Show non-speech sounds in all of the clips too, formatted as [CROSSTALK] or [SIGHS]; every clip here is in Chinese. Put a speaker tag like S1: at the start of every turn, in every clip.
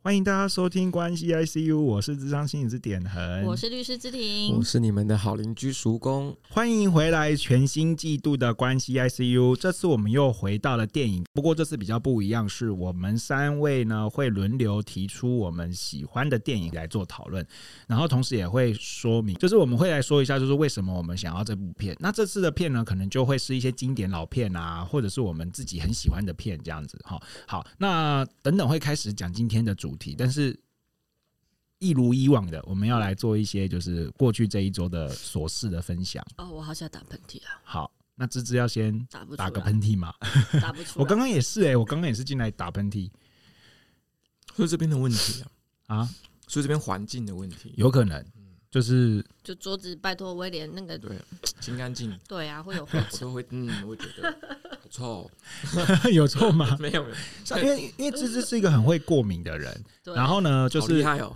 S1: 欢迎大家收听关系 ICU，我是智商心理师点恒，
S2: 我是律师之
S3: 我
S2: 庭，
S3: 是你们的好邻居叔公，
S1: 欢迎回来全新季度的关系 ICU。这次我们又回到了电影，不过这次比较不一样，是我们三位呢会轮流提出我们喜欢的电影来做讨论，然后同时也会说明，就是我们会来说一下，就是为什么我们想要这部片。那这次的片呢，可能就会是一些经典老片啊，或者是我们自己很喜欢的片这样子哈。好，那等等会开始讲今天的主题，但是一如以往的，我们要来做一些就是过去这一周的琐事的分享。
S2: 哦，我好想打喷嚏啊，
S1: 好，那芝芝要先
S2: 打不出
S1: 打
S2: 来，
S1: 个喷嚏嘛？
S2: 打不出来。
S1: 我刚刚也是哎、我刚刚也是进来打喷嚏
S3: 所以这边的问题啊，
S1: 啊，
S3: 所以这边环境的问题，
S1: 有可能就是 [LAUGHS]
S2: 就桌子，拜托威廉那个，
S3: 对，清干净，
S2: 对啊，会有灰
S3: 我
S1: [LAUGHS]
S2: 尘。
S3: 都会，嗯，我会觉得好臭，
S1: 有错吗？
S3: [LAUGHS] 没有没有，
S1: 是 [LAUGHS] 啊因为因为芝芝是一个很会过敏的人，
S2: 对，
S1: 然后呢，就
S3: 好厉
S1: 是
S3: 害哦，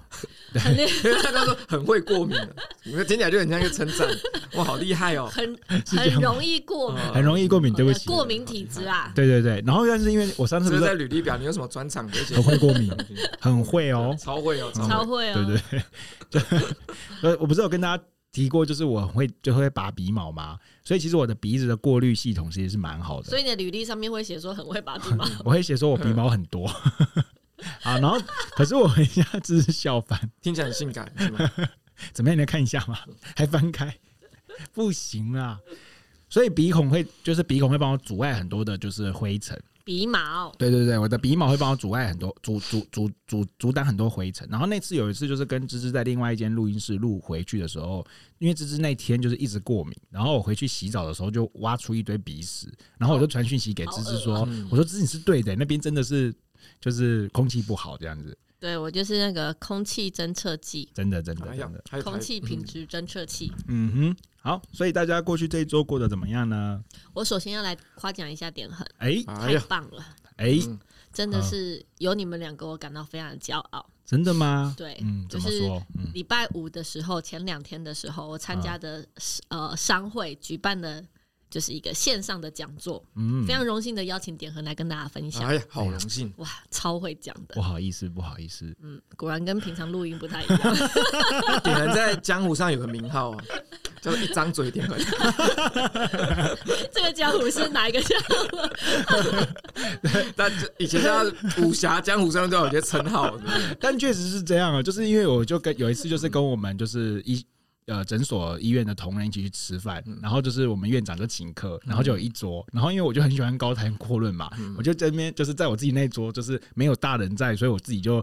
S2: 很厉
S3: 因为 [LAUGHS] 他刚说很会过敏啊的，你们听起来就很像一个称 [LAUGHS] 赞，哇，好厉害哦，
S2: 很
S1: [LAUGHS] 是这样
S2: 很容易过敏，
S3: 嗯
S1: 很容易过敏，
S2: 哦
S1: 对不起，
S2: 过敏体质啊。
S1: 对对对。然后但是因为我上次
S3: 这
S1: 不
S3: 是在
S1: 是
S3: 履历表，你有什么专场可以写？
S1: 很会过敏，很会
S2: [LAUGHS]
S1: 哦，
S3: [LAUGHS] 超会哦，
S1: 嗯
S2: 超
S3: 超
S2: 会
S3: 会，
S2: 哦、
S1: 对对对， [LAUGHS] 就呃，我不是有跟大家提过，就是我很会就会拔鼻毛嘛，所以其实我的鼻子的过滤系统其实是蛮好的
S2: 所。以你的履历上面会写说很会拔鼻毛，
S1: 嗯我会写说我鼻毛很多啊，然后可是我一下子是笑翻，
S3: 听起来很性感是吗？
S1: 怎么样？你能看一下吗？还翻开，不行啊！所以鼻孔会就是鼻孔会帮我阻碍很多的，就是灰尘。
S2: 鼻毛
S1: 对对对，我的鼻毛会帮我阻碍很多阻阻阻阻阻挡很多灰尘。然后那次有一次就是跟芝芝在另外一间录音室录回去的时候，因为芝芝那天就是一直过敏，然后我回去洗澡的时候就挖出一堆鼻屎，然后我就传讯息给芝芝说
S2: 哦
S3: 好恶
S2: 嗯
S3: 啊：“
S1: 我说芝芝你是对的，那边真的是就是空气不好这样子，
S2: 对我就是那个空气侦测器，
S1: 真的真的
S3: 还有
S1: 真的，
S3: 哎还有
S2: 空气品质侦测器。
S1: 嗯哼。”好，所以大家过去这一周过得怎么样呢？
S2: 我首先要来夸奖一下点恒，
S1: 哎
S3: 哎
S2: 太
S3: 呀，
S2: 棒了，
S1: 哎，
S3: 嗯
S2: 真的
S1: 嗯
S2: 是有你们两个，我感到非常的骄傲。
S1: 真的吗？
S2: 对
S1: 嗯，怎么
S2: 就是
S1: 说？嗯，
S2: 礼拜五的时候，前两天的时候，我参加的、呃商会举办的就是一个线上的讲座，
S1: 嗯啊
S2: 非常荣幸的邀请点恒来跟大家分享。
S3: 哎呀，好荣幸，
S2: 哇，超会讲的
S1: 不，好意思，不好意思，
S2: 嗯，果然跟平常录音不太一
S1: [LAUGHS]
S2: 样。
S3: 点恒在江湖上有个名号啊，叫做一张嘴点恒，
S2: 这个江湖是哪一个江湖？
S3: 但这以前大家武侠江湖上都有一些称
S1: [LAUGHS]
S3: 号，对不对
S1: 但确实是这样啊，就是因为我就跟有一次就是跟我们就是医呃诊所医院的同仁一起去吃饭，
S3: 嗯
S1: 然后就是我们院长就请客，然后就有一桌，然后因为我就很喜欢高谈阔论嘛，
S3: 嗯
S1: 我就这边就是在我自己那桌就是没有大人在，所以我自己就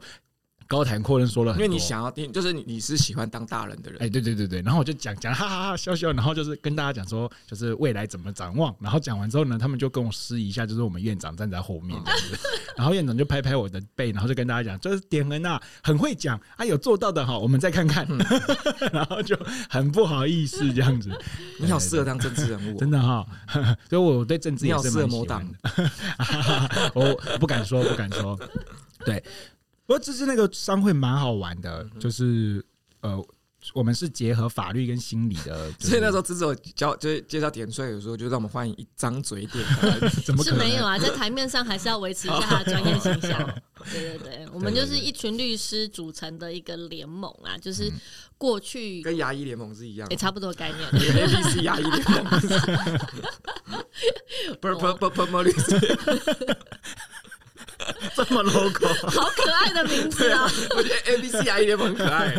S1: 高谈阔论说了很
S3: 因
S1: 多，
S3: 为你想要听，就是你你是喜欢当大人的人，
S1: 哎、对对对对，然后我就讲讲哈哈哈笑笑，然后就是跟大家讲说，就是未来怎么展望。然后讲完之后呢，他们就跟我示意一下，就是我们院长站在后面这样子，
S3: 嗯
S1: [LAUGHS] 然后院长就拍拍我的背，然后就跟大家讲，就是点恩啊，很会讲啊，有做到的哈，我们再看看。
S3: 嗯
S1: [LAUGHS] 然后就很不好意思这样子，
S3: 你好适合当政治人物哦，
S1: 真的哈、 [LAUGHS] 所以我对政治
S3: 你
S1: 也
S3: 好
S1: 是
S3: 适合
S1: 蛮
S3: 某
S1: 喜欢
S3: 党
S1: 的。 [LAUGHS] 我不敢说，不敢说。对，不过这次那个商会蛮好玩的，就是呃，我们是结合法律跟心理的，就是
S3: 所以那时候之所以教就是介绍点税，有时候就让我们欢迎一张嘴点恒，
S1: 怎么
S2: 是
S1: 可能哦
S2: 没有啊，在台面上还是要维持一下他的专业形象。对对对，我们
S3: 对
S2: 就
S3: 对
S2: 是
S3: 对
S2: 一群律师组成的一个联盟啊，就是
S1: 嗯
S2: 过去
S3: 跟牙医联盟是一样
S2: 也、差不多概念。 [LAUGHS]
S3: ，A B C 牙医联盟，不是不是不是不是律师，
S1: 这么 local，
S2: 好可爱的名字啊！
S3: 我觉得 A B C 牙医联盟很可爱，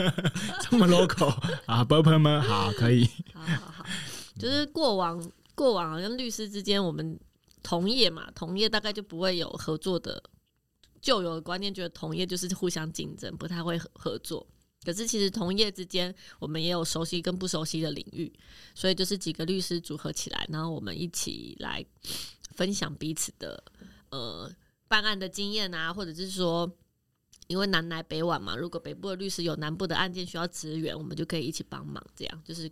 S1: 这么 local 啊，朋友们好，可以，
S2: 好好好，就是过往过往好像律师之间，我们同业嘛，同业大概就不会有合作的旧有的观念，觉得同业就是互相竞争，不太会合合作。可是其实同业之间，我们也有熟悉跟不熟悉的领域，所以就是几个律师组合起来，然后我们一起来分享彼此的呃办案的经验啊，或者是说。因为南来北往嘛，如果北部的律师有南部的案件需要支援，我们就可以一起帮忙，这样就是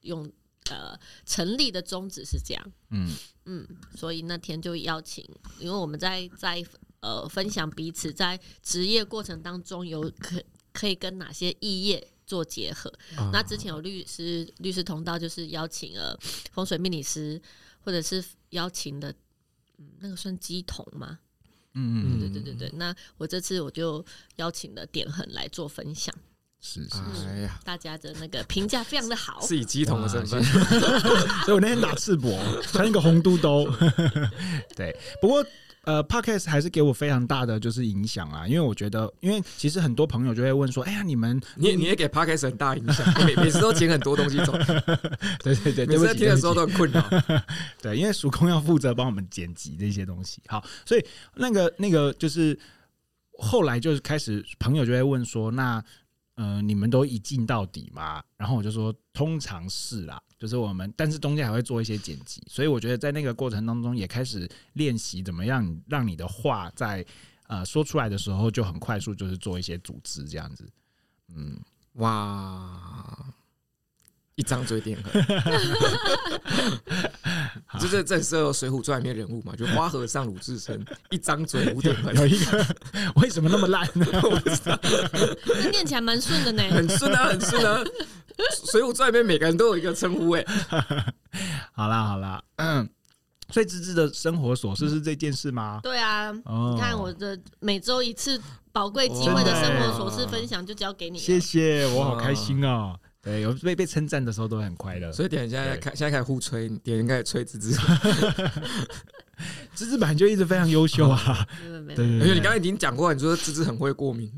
S2: 用呃成立的宗旨是这样，
S1: 嗯，
S2: 嗯，所以那天就邀请，因为我们在在呃分享彼此在职业过程当中有可可以跟哪些异业做结合。那之前有律师律师同道就是邀请呃了风水命理师，或者是邀请的嗯那个算鸡童吗？
S1: 嗯嗯，
S2: 对对对对，那我这次我就邀请了点恒来做分享，
S1: 是是。
S3: 哎呀，
S2: 大家的那个评价非常的好。
S3: 是以鸡桶的身份，
S1: 所以我那天打赤膊，穿一个红肚兜。 [LAUGHS] 对，不过呃，podcast 还是给我非常大的就是影响啊，因为我觉得，因为其实很多朋友就会问说，哎呀，你们
S3: 你也你也给 podcast 很大影响，每每次都捡很多东西走，
S1: [LAUGHS] 对对对，对
S3: 每次
S1: 不
S3: 在
S1: 起，
S3: 听
S1: 对
S3: 的
S1: 不
S3: 时
S1: 起
S3: 候都很困扰。
S1: 对，因为叔公要负责帮我们剪辑这些东西。好，所以那个那个就是后来就是开始朋友就会问说，那呃你们都一镜到底吗？然后我就说通常是啦、就是我们但是中间还会做一些剪辑，所以我觉得在那个过程当中也开始练习怎么样让你的话在呃说出来的时候就很快速，就是做一些组织这样子。 [LAUGHS] 嗯，
S3: 哇，一张嘴点横，
S1: [LAUGHS]
S3: 就这这很适合《水浒传》里面人物嘛，就花和尚鲁智深，一张嘴五点横，
S1: 有一个为什么那么烂呢？ [LAUGHS]
S2: 那念起来蛮顺的呢。
S3: [LAUGHS] [LAUGHS] 很顺啊，很顺啊。《水浒传》里面每个人都有一个称呼，哎，
S1: 好啦好啦，嗯，所以芝芝的生活琐事是这件事吗？
S2: 对啊，
S1: 哦
S2: 你看我的每周一次宝贵机会的生活琐事分享就交给你了。
S1: 谢谢，我好开心哦。 [LAUGHS] 对，有被被称赞的时候都会很快乐。
S3: 所以点现在开，现在开始互吹，点应该吹芝芝，
S1: 芝芝本来就一直非常优秀啊。
S2: 没有没
S1: 对
S2: 有，
S1: 对
S3: 而且
S1: 对，
S3: 你刚才已经讲过，你说芝芝很会过敏，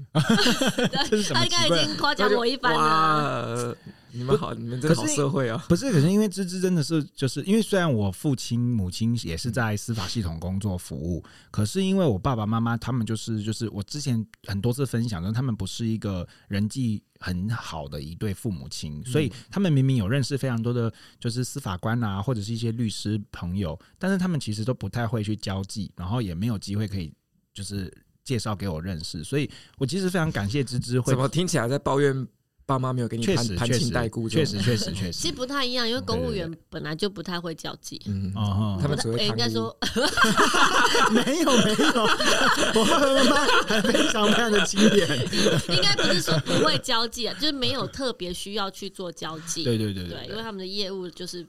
S1: 这是什么
S2: 他
S1: 奇
S2: 刚才已
S1: 怪？
S2: 经夸奖我一番啊了。
S3: 哇，你们好，你们真好社会啊！
S1: 不是，可是因为芝芝真的是，就是因为虽然我父亲、母亲也
S3: 嗯
S1: 是在司法系统工作服务，可是因为我爸爸妈妈他们就是就是我之前很多次分享，就是他们不是一个人际很好的一对父母亲，所
S3: 嗯
S1: 以他们明明有认识非常多的就是司法官啊，或者是一些律师朋友，但是他们其实都不太会去交际，然后也没有机会可以就是介绍给我认识，所以我其实非常感谢芝芝会
S3: 怎。么听起来在抱怨爸妈没有给你
S1: 确
S3: 攀
S1: 实，
S3: 攀
S1: 确
S3: 亲
S1: 实
S3: 带故？，
S1: 确实，，确实，确
S2: 其
S1: 实
S3: [LAUGHS]
S2: 实。不太一样，因为公务员本来就不太会交际。
S3: 嗯，
S1: 哦
S3: 他
S2: 不
S3: 们
S2: 太
S3: 只会
S2: 诶
S3: 贪污
S2: 应该说，
S1: [LAUGHS] 没有没有，我爸爸妈妈还非常非常的经典。
S2: [LAUGHS] 应该不是说不会
S1: [LAUGHS]
S2: 交际啊，就是没有特别需要去做交际。
S1: 对对对
S2: 对
S1: 对
S2: 因为
S1: 对，
S2: 他们的业务就是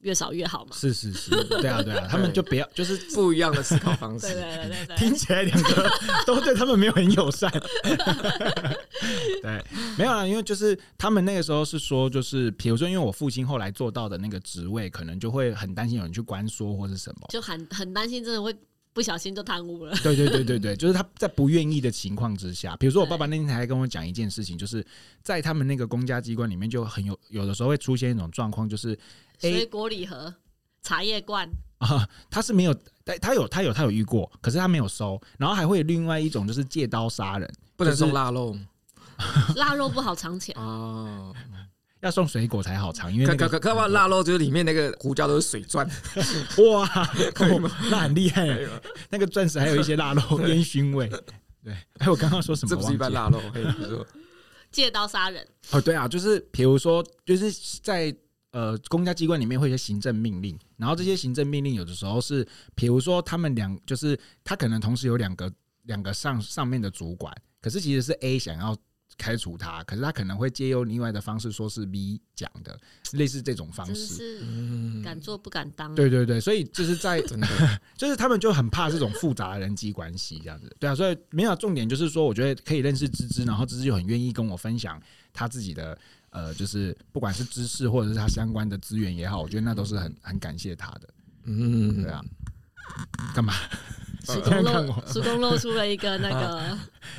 S2: 越少越好嘛。
S1: 是是是，对啊对啊，他们就不要就是。
S3: 不一样的思考方
S2: [LAUGHS] 对
S3: 式。
S2: 对对对对
S1: 听。起来两个都对他们没有很友善，对，没有啦，啊因为就是他们那个时候是说，就是比如说，因为我父亲后来做到的那个职位，可能就会很担心有人去关说或是什么，
S2: 就很很担心，真的会不小心就贪污了。
S1: 对对对对对，就是他在不愿意的情况之下，比如说我爸爸那天还跟我讲一件事情，就是在他们那个公家机关里面就很有有的时候会出现一种状况，就是
S2: 水果礼盒、茶叶罐，
S1: [LAUGHS] 啊，他是没有，但他有他有他有遇过，可是他没有收，然后还会有另外一种就是借刀杀人，
S3: 不能
S1: 就是
S3: 送腊肉
S2: 腊肉不好藏起来。
S3: 啊！
S1: 要送水果才好尝，因为
S3: 可
S1: 那
S3: 可
S1: 个 [LAUGHS]
S3: 可可把腊肉就是里面那个胡椒都是水钻， [LAUGHS]
S1: 哇，哦那很厉害， [LAUGHS] 那个钻石还有一些腊肉烟熏味。对，哎，我刚刚说什么？
S3: 这不是一般
S1: 忘记了
S3: 腊肉。嘿你
S2: [LAUGHS]
S3: 说
S2: 借刀杀人，
S1: 哦，对啊，就是比如说，就是在呃公家机关里面会有一些行政命令，然后这些行政命令有的时候是，比如说他们两，就是他可能同时有两个两个上上面的主管，可是其实是 A 想要。开除他，可是他可能会借用另外的方式，说是 B 讲的，类似这种方
S2: 真
S1: 式。
S2: 是
S3: 嗯，
S2: 敢做不敢当。啊
S1: 对对对，所以就是
S2: [LAUGHS]
S1: 在
S3: 真的
S1: 就是他们就很怕这种复杂的人际关系这样子，对啊，所以没有重点就是说，我觉得可以认识芝芝，然后芝芝就很愿意跟我分享她自己的呃，就是不管是知识或者是她相关的资源也好，我觉得那都是很很感谢她的，
S3: 嗯
S1: 对啊。
S2: 嗯
S1: 干嘛？
S2: 叔
S1: 这
S2: 公
S1: 样看我
S2: 露，叔公露出了一个那个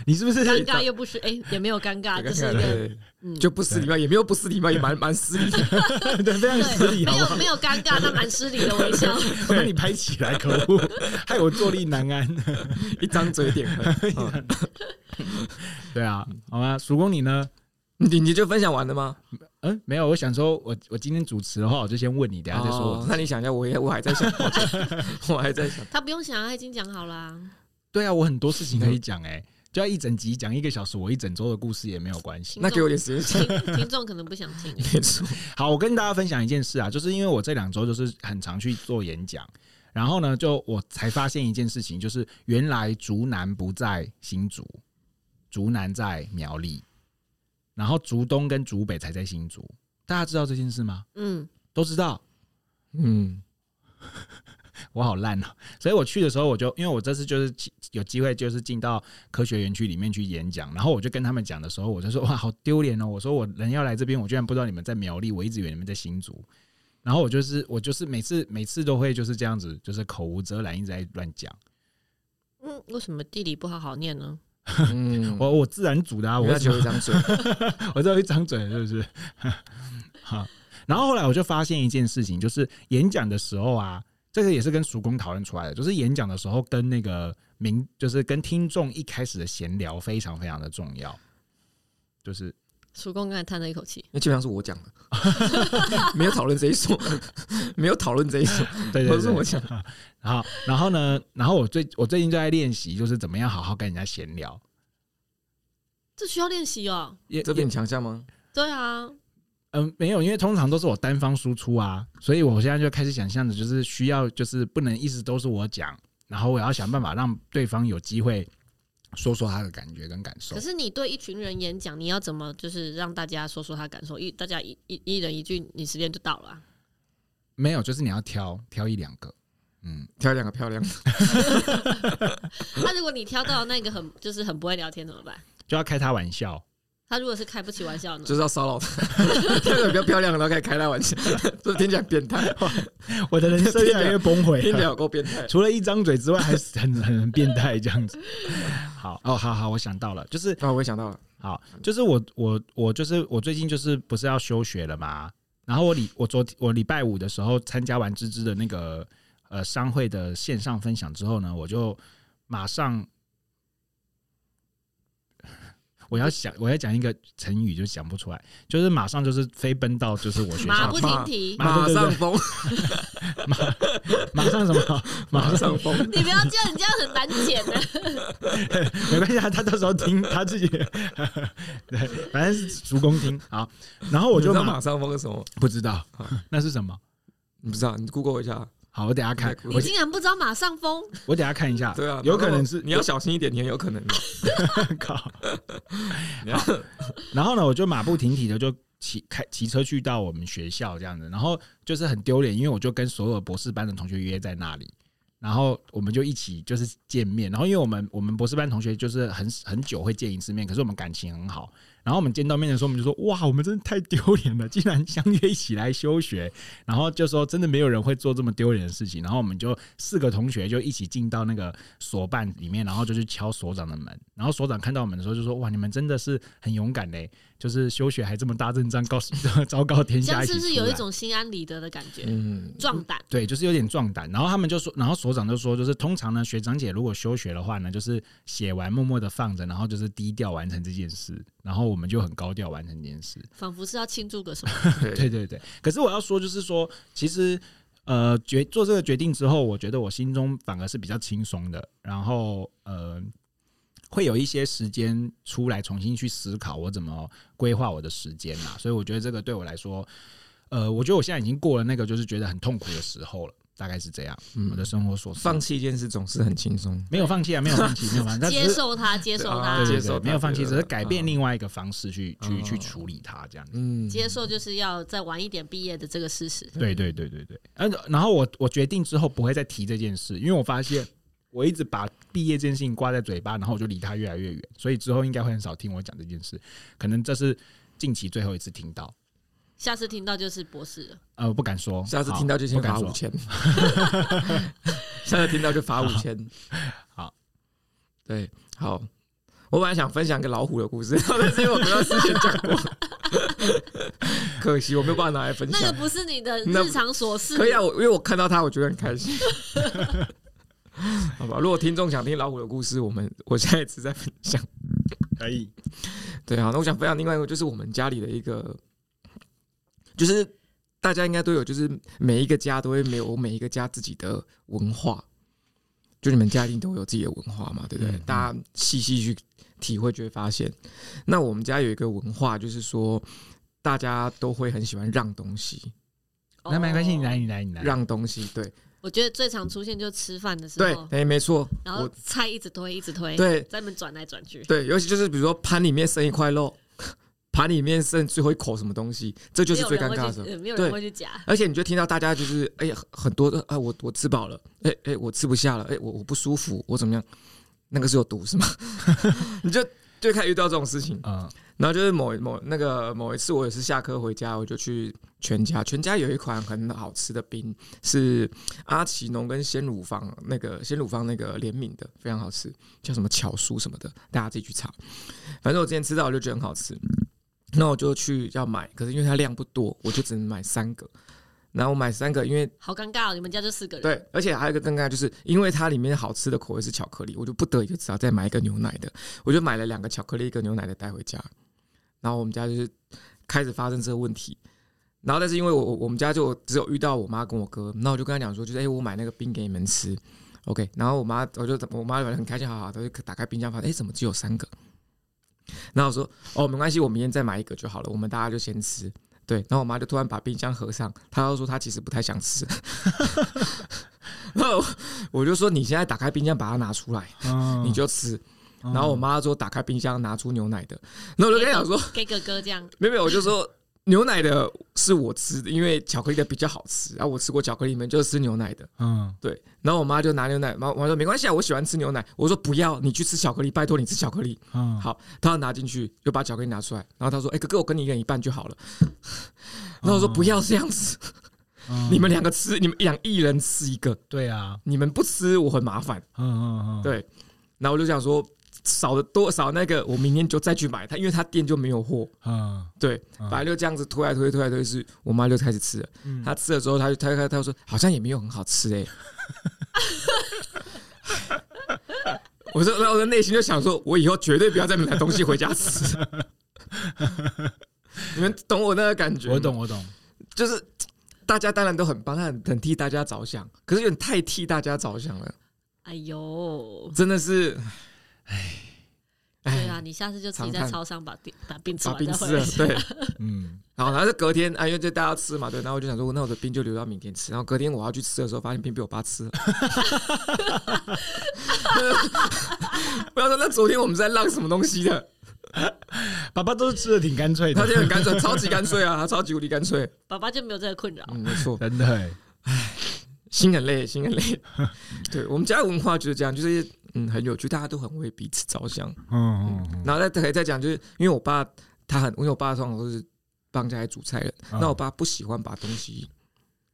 S1: 你是不是
S2: 尴尬又不是，哎，也没有尴尬，就是一个
S3: 对
S2: 嗯，
S3: 就不失礼貌，也没有不失礼貌，也蛮蛮失礼的。
S1: [LAUGHS] 对非常失
S2: 对，
S1: 礼？好
S2: 没
S1: 不好
S2: 有没有尴尬，但蛮失礼的微笑。
S1: 我把你拍起来，可恶，
S2: [LAUGHS]
S1: 害我坐立难安。
S3: 一张嘴
S1: [LAUGHS]
S3: 点横，嗯
S1: 对啊，好吧，曙光你呢？
S3: 你你就分享完了吗？
S1: 嗯，没有，我想说我我今天主持的话，我就先问你，等一下再说我
S3: 哦那你想一下，我也我还在想，
S1: [LAUGHS]
S3: 我还在想。
S2: 他不用想，他已经讲好啦。
S1: 对啊，我很多事情可以讲哎、就要一整集讲一个小时，我一整周的故事也没有关系。
S3: 那给我点时间想
S2: 听听众可能不想听，
S3: 点数。
S1: 好，我跟大家分享一件事啊，就是因为我这两周就是很常去做演讲，然后呢，就我才发现一件事情，就是原来竹南不在新竹，竹南在苗栗，然后竹东跟竹北才在新竹。大家知道这件事吗？
S2: 嗯，
S1: 都知道，
S3: 嗯，
S1: [LAUGHS] 我好烂哦、所以我去的时候，我就因为我这次就是骑有机会就是进到科学园区里面去演讲，然后我就跟他们讲的时候，我就说哇，好丢脸哦！我说我人要来这边，我居然不知道你们在苗栗，我一直以为你们在新竹。然后我就是我就是每次每次都会就是这样子，就是口无遮拦，一直在乱讲。
S2: 嗯，为什么地理不好好念呢？
S3: 嗯，
S1: [LAUGHS] 我我自然组的啊，
S3: 我
S1: 我
S3: 要
S1: 为什
S3: 求
S1: 么
S3: 一张嘴，
S1: [LAUGHS] 我只有一张嘴，是不是？ [LAUGHS] 好，然后后来我就发现一件事情，就是演讲的时候啊，这个也是跟叔公讨论出来的，就是演讲的时候跟那个民，就是跟听众一开始的闲聊非常非常的重要。就是
S2: 叔公刚才叹了一口气，
S3: 那基本上是我讲的，
S2: [LAUGHS]
S3: 没有讨论这一说，没有讨论这一说，
S1: 对对对，
S3: 都是我讲。
S1: 然后，然后呢？然后我最我最近就在练习，就是怎么样好好跟人家闲聊。
S2: 这需要练习哦。
S1: 也
S3: 这边你强项吗？
S2: 对啊，
S1: 嗯，没有，因为通常都是我单方输出啊，所以我现在就开始想象的，就是需要，就是不能一直都是我讲，然后我要想办法让对方有机会说说他的感觉跟感受
S2: 可。是你对一群人演讲，你要怎么就是让大家说说他感受？一大家一一一人一句，你时间就到了啊、
S1: 没有，就是你要挑挑一两个，嗯，
S3: 挑两个漂 [LAUGHS] 亮的，
S2: 那如果你挑到那个很就是很不会聊天怎么办？
S1: 就要开他玩笑。
S2: 他如果是开不起玩笑呢？
S3: 就是要骚扰他， [LAUGHS] 挑两个比较漂亮的，然后开始开他 [LAUGHS] 玩笑，这听起来很变 [LAUGHS] 态，
S1: [LAUGHS] 我的人设越来越 [LAUGHS] 崩
S3: 听
S1: 溃
S3: 起来
S1: 了，
S3: 有够变态。
S1: 除了一张嘴之外，还是很很很变态这样子。好，哦，好好，我想到了，就是
S3: 啊，我也想到了，
S1: 好，就是我我我就是我最近就是不是要休学了嘛，然后我礼我昨我礼拜五的时候参加完芝芝的那个呃商会的线上分享之后呢，我就马上我要想我要讲一个成语就想不出来，就是马上就是飞奔到就是我学校
S2: 马不停蹄，
S1: 马
S3: 马上疯， [LAUGHS]
S1: 马上什么马
S3: 马
S1: 上
S3: 上疯，
S2: [LAUGHS] 你不要这样，你这样很难剪的。
S1: 没关系，啊他他到时候听他自己对，反正是足弓听好，然后我就
S3: 你知道
S1: 马
S3: 马上疯是什么？
S1: 不知道那是什么。
S3: 你不知道？你 Google 一下。
S1: 好，我等下看，
S3: 你
S1: 我
S2: 你竟然不知道马上风，
S1: 我等下看一下，
S3: 对啊，
S1: 有可能是
S3: 你要小心一点，你很有可能。
S1: [LAUGHS] 靠。
S3: [LAUGHS] 你要
S1: 然后呢，我就马不停蹄的就骑开骑车去到我们学校这样子，然后就是很丢脸，因为我就跟所有博士班的同学约在那里，然后我们就一起就是见面，然后因为我们我们博士班同学就是很很久会见一次面，可是我们感情很好，然后我们见到面的时候，我们就说哇，我们真的太丢脸了，竟然相约一起来休学，然后就说真的没有人会做这么丢脸的事情，然后我们就四个同学就一起进到那个所办里面，然后就去敲所长的门，然后所长看到我们的时候就说哇，你们真的是很勇敢嘞，就是休学还这么大阵仗，告诉 [LAUGHS] 昭告天
S2: 这
S1: 下
S2: 样
S1: 一起
S2: 是不是
S1: 出
S2: 有一
S1: 来
S2: 种心安理得的感觉？
S3: 嗯，
S2: 壮胆，
S1: 对，就是有点壮胆。然后他们就说，然后所长就说，就是通常呢，学长姐如果休学的话呢，就是写完默默的放着，然后就是低调完成这件事，然后我们就很高调完成这件事。
S2: 仿佛是要庆祝个什么。
S3: 对，
S1: 对对对。可是我要说，就是说，其实呃，决做这个决定之后，我觉得我心中反而是比较轻松的，然后呃，会有一些时间出来重新去思考我怎么规划我的时间嘛。所以我觉得这个对我来说，呃，我觉得我现在已经过了那个就是觉得很痛苦的时候了，大概是这样。我的
S3: 嗯，
S1: 生活琐事，
S3: 放弃一件事总是很轻松。
S1: 没有放弃啊，没有放弃，没有放弃，但只
S2: 接
S1: 是
S2: 受它，接受它
S1: 对，啊对
S3: 接受
S1: 对
S3: 它
S1: 没有放弃，
S3: 对对
S1: 只
S3: 对
S1: 是改变另外一个方式去去
S3: 嗯
S1: 去处理它这样子。
S3: 嗯，
S2: 接受就是要再晚一点毕业的这个事实。
S1: 对对对对对，嗯，然后我我决定之后不会再提这件事，因为我发现我一直把毕业这件事情挂在嘴巴，然后我就离它越来越远，所以之后应该会很少听我讲这件事，可能这是近期最后一次听到。
S2: 下次听到就是博士了，
S1: 呃，我不敢说，
S3: 下次
S1: 好
S3: 听到就先
S1: 不敢
S3: 罚五
S1: 说。
S3: 千，下次听到就罚五千。
S1: 好，
S3: 对，好。我本来想分享一个老虎的故事， [LAUGHS] 但是因为我不知道之前讲过，
S1: [LAUGHS]
S3: 可惜我没有办法拿来分
S2: 那个
S3: 享。
S2: 不是你的
S3: 那
S2: 日常琐事。
S3: 可以啊，我因为我看到他，我觉得很开心。 [LAUGHS] 好吧，如果听众想听老虎的故事，我们我下一次再分享。
S1: 可以，
S3: 对啊，那我想分享另外一个，就是我们家里的一个，就是大家应该都有，就是每一个家都会没有每一个家自己的文化，就你们家一定都有自己的文化嘛，对不对？
S1: 嗯嗯
S3: 大家细细去体会，就会发现，那我们家有一个文化，就是说大家都会很喜欢让东西，
S2: 哦
S1: 那没关系，你来，。你来，你
S3: [LAUGHS]
S1: 来。
S3: 让东西，对
S2: 我觉得最常出现就吃饭的时
S3: 对
S2: 候，，
S3: 哎，没错，
S2: 然后
S3: 我
S2: 菜一直推，一直
S1: 哎
S2: 推，，
S3: 对
S2: 在那边转来转去。
S3: 对，尤其就是比如说盘里面剩一块肉，盘里面剩最后一口什么东西，这就是最尴尬的时候。
S2: 没有人会去呃没有
S3: 对
S2: 人会去夹。
S3: [LAUGHS] 而且你就听到大家就是呃哎呀，很多的啊，我我吃饱了，哎哎，我吃不下了，哎，我我不舒服，我怎么样？那个是有毒是吗？ [LAUGHS] 你就就开始遇到这种事情。
S1: 嗯
S3: 然后就是某某那个某一次，我也是下课回家，我就去全家，全家有一款很好吃的冰，是阿奇农跟鲜乳坊那个鲜乳坊那个联名的，非常好吃，叫什么巧酥什么的，大家自己去查。反正我之前吃到我就觉得很好吃，那我就去要买，可是因为它量不多，我就只能买三个。然后我买三个，因为
S2: 好尴尬哦，你们家就四个人，
S3: 对，而且还有一个更尴尬，就是因为它里面好吃的口味是巧克力，我就不得已就只好再买一个牛奶的，我就买了两个巧克力，一个牛奶的带回家。然后我们家就是开始发生这个问题，然后但是因为我我我们家就只有遇到我妈跟我哥，那我就跟他讲说，就是哎、我买那个冰给你们吃，OK。然后我妈我就哦我妈很开心，好好，她就打开冰箱发现，哎、怎么只有三个？然后我说哦，没关系，我明天再买一个就好了，我们大家就先吃。对，然后我妈就突然把冰箱合上，她又说她其实不太想吃，然后 [LAUGHS] 我就说你现在打开冰箱把它拿出来，
S1: 嗯
S3: 你就吃。
S1: 嗯
S3: 然后我妈说打开冰箱拿出牛奶的，然后我就跟她讲说
S2: 给哥哥这样，
S3: 没有没有，我就说牛奶的是我吃的，因为巧克力的比较好吃，然、后我吃过巧克力，你们就吃牛奶的。
S1: 嗯
S3: 对，然后我妈就拿牛奶，妈我妈说没关系啊，我喜欢吃牛奶。我说不要，你去吃巧克力，拜托你吃巧克力。
S1: 嗯
S3: 好，她要拿进去，又把巧克力拿出来，然后她说：“哎、哥哥，我跟你一人一半就好了。”然后我说：“不要这样子，
S1: 嗯
S3: 你们两个吃，你们两一人吃一个，
S1: 对啊，
S3: 你们不吃我很麻烦。
S1: 嗯嗯嗯，
S3: 对”然后我就想说，少的多少那个，我明天就再去买它，因为它店就没有货。
S1: 嗯，
S3: 对，
S1: 嗯
S3: 反正就这样子推来推去推来推去，我妈就开始吃了。
S1: 嗯
S3: 她吃了之后，她就她她她说好像也没有很好吃哎、我说，然后我的内心就想说，我以后绝对不要再买东西回家吃。你们懂我那个感觉？
S1: 嗯我，懂我懂，
S3: 就是大家当然都很帮，她很很替大家着想，可是有点太替大家着想了，
S2: 哎呦，
S3: 真的是，
S2: 对
S3: 哎，
S2: 啊，你下次就自己
S3: 常
S2: 在
S3: 看
S2: 超商把冰把冰吃
S3: 把
S2: 完
S3: 冰
S2: 再
S3: 吃
S2: 回
S3: 了
S2: 来，，
S3: 对。
S1: 嗯
S3: 然后，然后是隔天，啊，因为就大家吃嘛，对，然后我就想说，那我的冰就留到明天吃。然后隔天我要去吃的时候，发现冰被我爸吃了。不要说，那昨天我们在浪什么东西的？
S1: 爸爸都是吃的挺干脆
S3: 他
S1: 的，
S3: 就很干脆，超级干脆啊，他超级无敌干脆。
S2: [LAUGHS] 爸爸就没有这个困扰。
S3: 嗯，没错，
S1: 真的欸，
S3: 心很累，心很累。对我们家文化就是这样，就是嗯很有趣，大家都很为彼此着想。
S1: 嗯嗯
S3: 然后再再再讲，就是因为我爸他很，因为我爸通常都是帮家里煮菜人，
S1: 嗯，
S3: 那我爸不喜欢把东西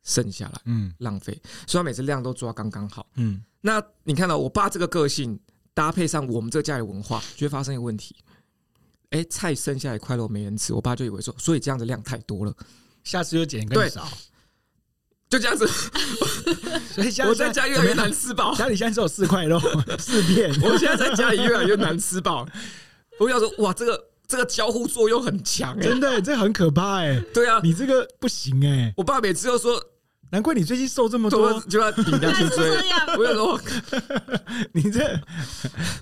S3: 剩下来。
S1: 嗯
S3: 浪费，所以他每次量都抓刚刚好。
S1: 嗯
S3: 那你看到我爸这个个性搭配上我们这个家里文化，就会发生一个问题。哎、菜剩下一块肉没人吃，我爸就以为说，所以这样子量太多了，
S1: 下次又减更
S3: 对 [LAUGHS]
S1: 少，
S3: 就这样子，
S1: 所以下
S3: 我在家越来越难
S1: 吃，
S3: 吃饱，
S1: 家里现在只有四
S3: [LAUGHS]
S1: 块肉，四片，
S3: 我现在在家里越来越难吃饱。我想说，哇，这个这个交互作用很强哎、
S1: 真的欸，这很可怕哎，
S3: 对啊，
S1: 你这个不行哎，
S3: 我爸每次都说，
S1: 难怪你最近瘦这么
S3: 多
S1: 多，
S3: [LAUGHS] 就要顶
S2: 原
S3: 下
S2: 来
S3: 去
S2: 啊是
S3: 追
S2: 这。样，
S3: [LAUGHS] 我就说，
S1: 你这 [LAUGHS]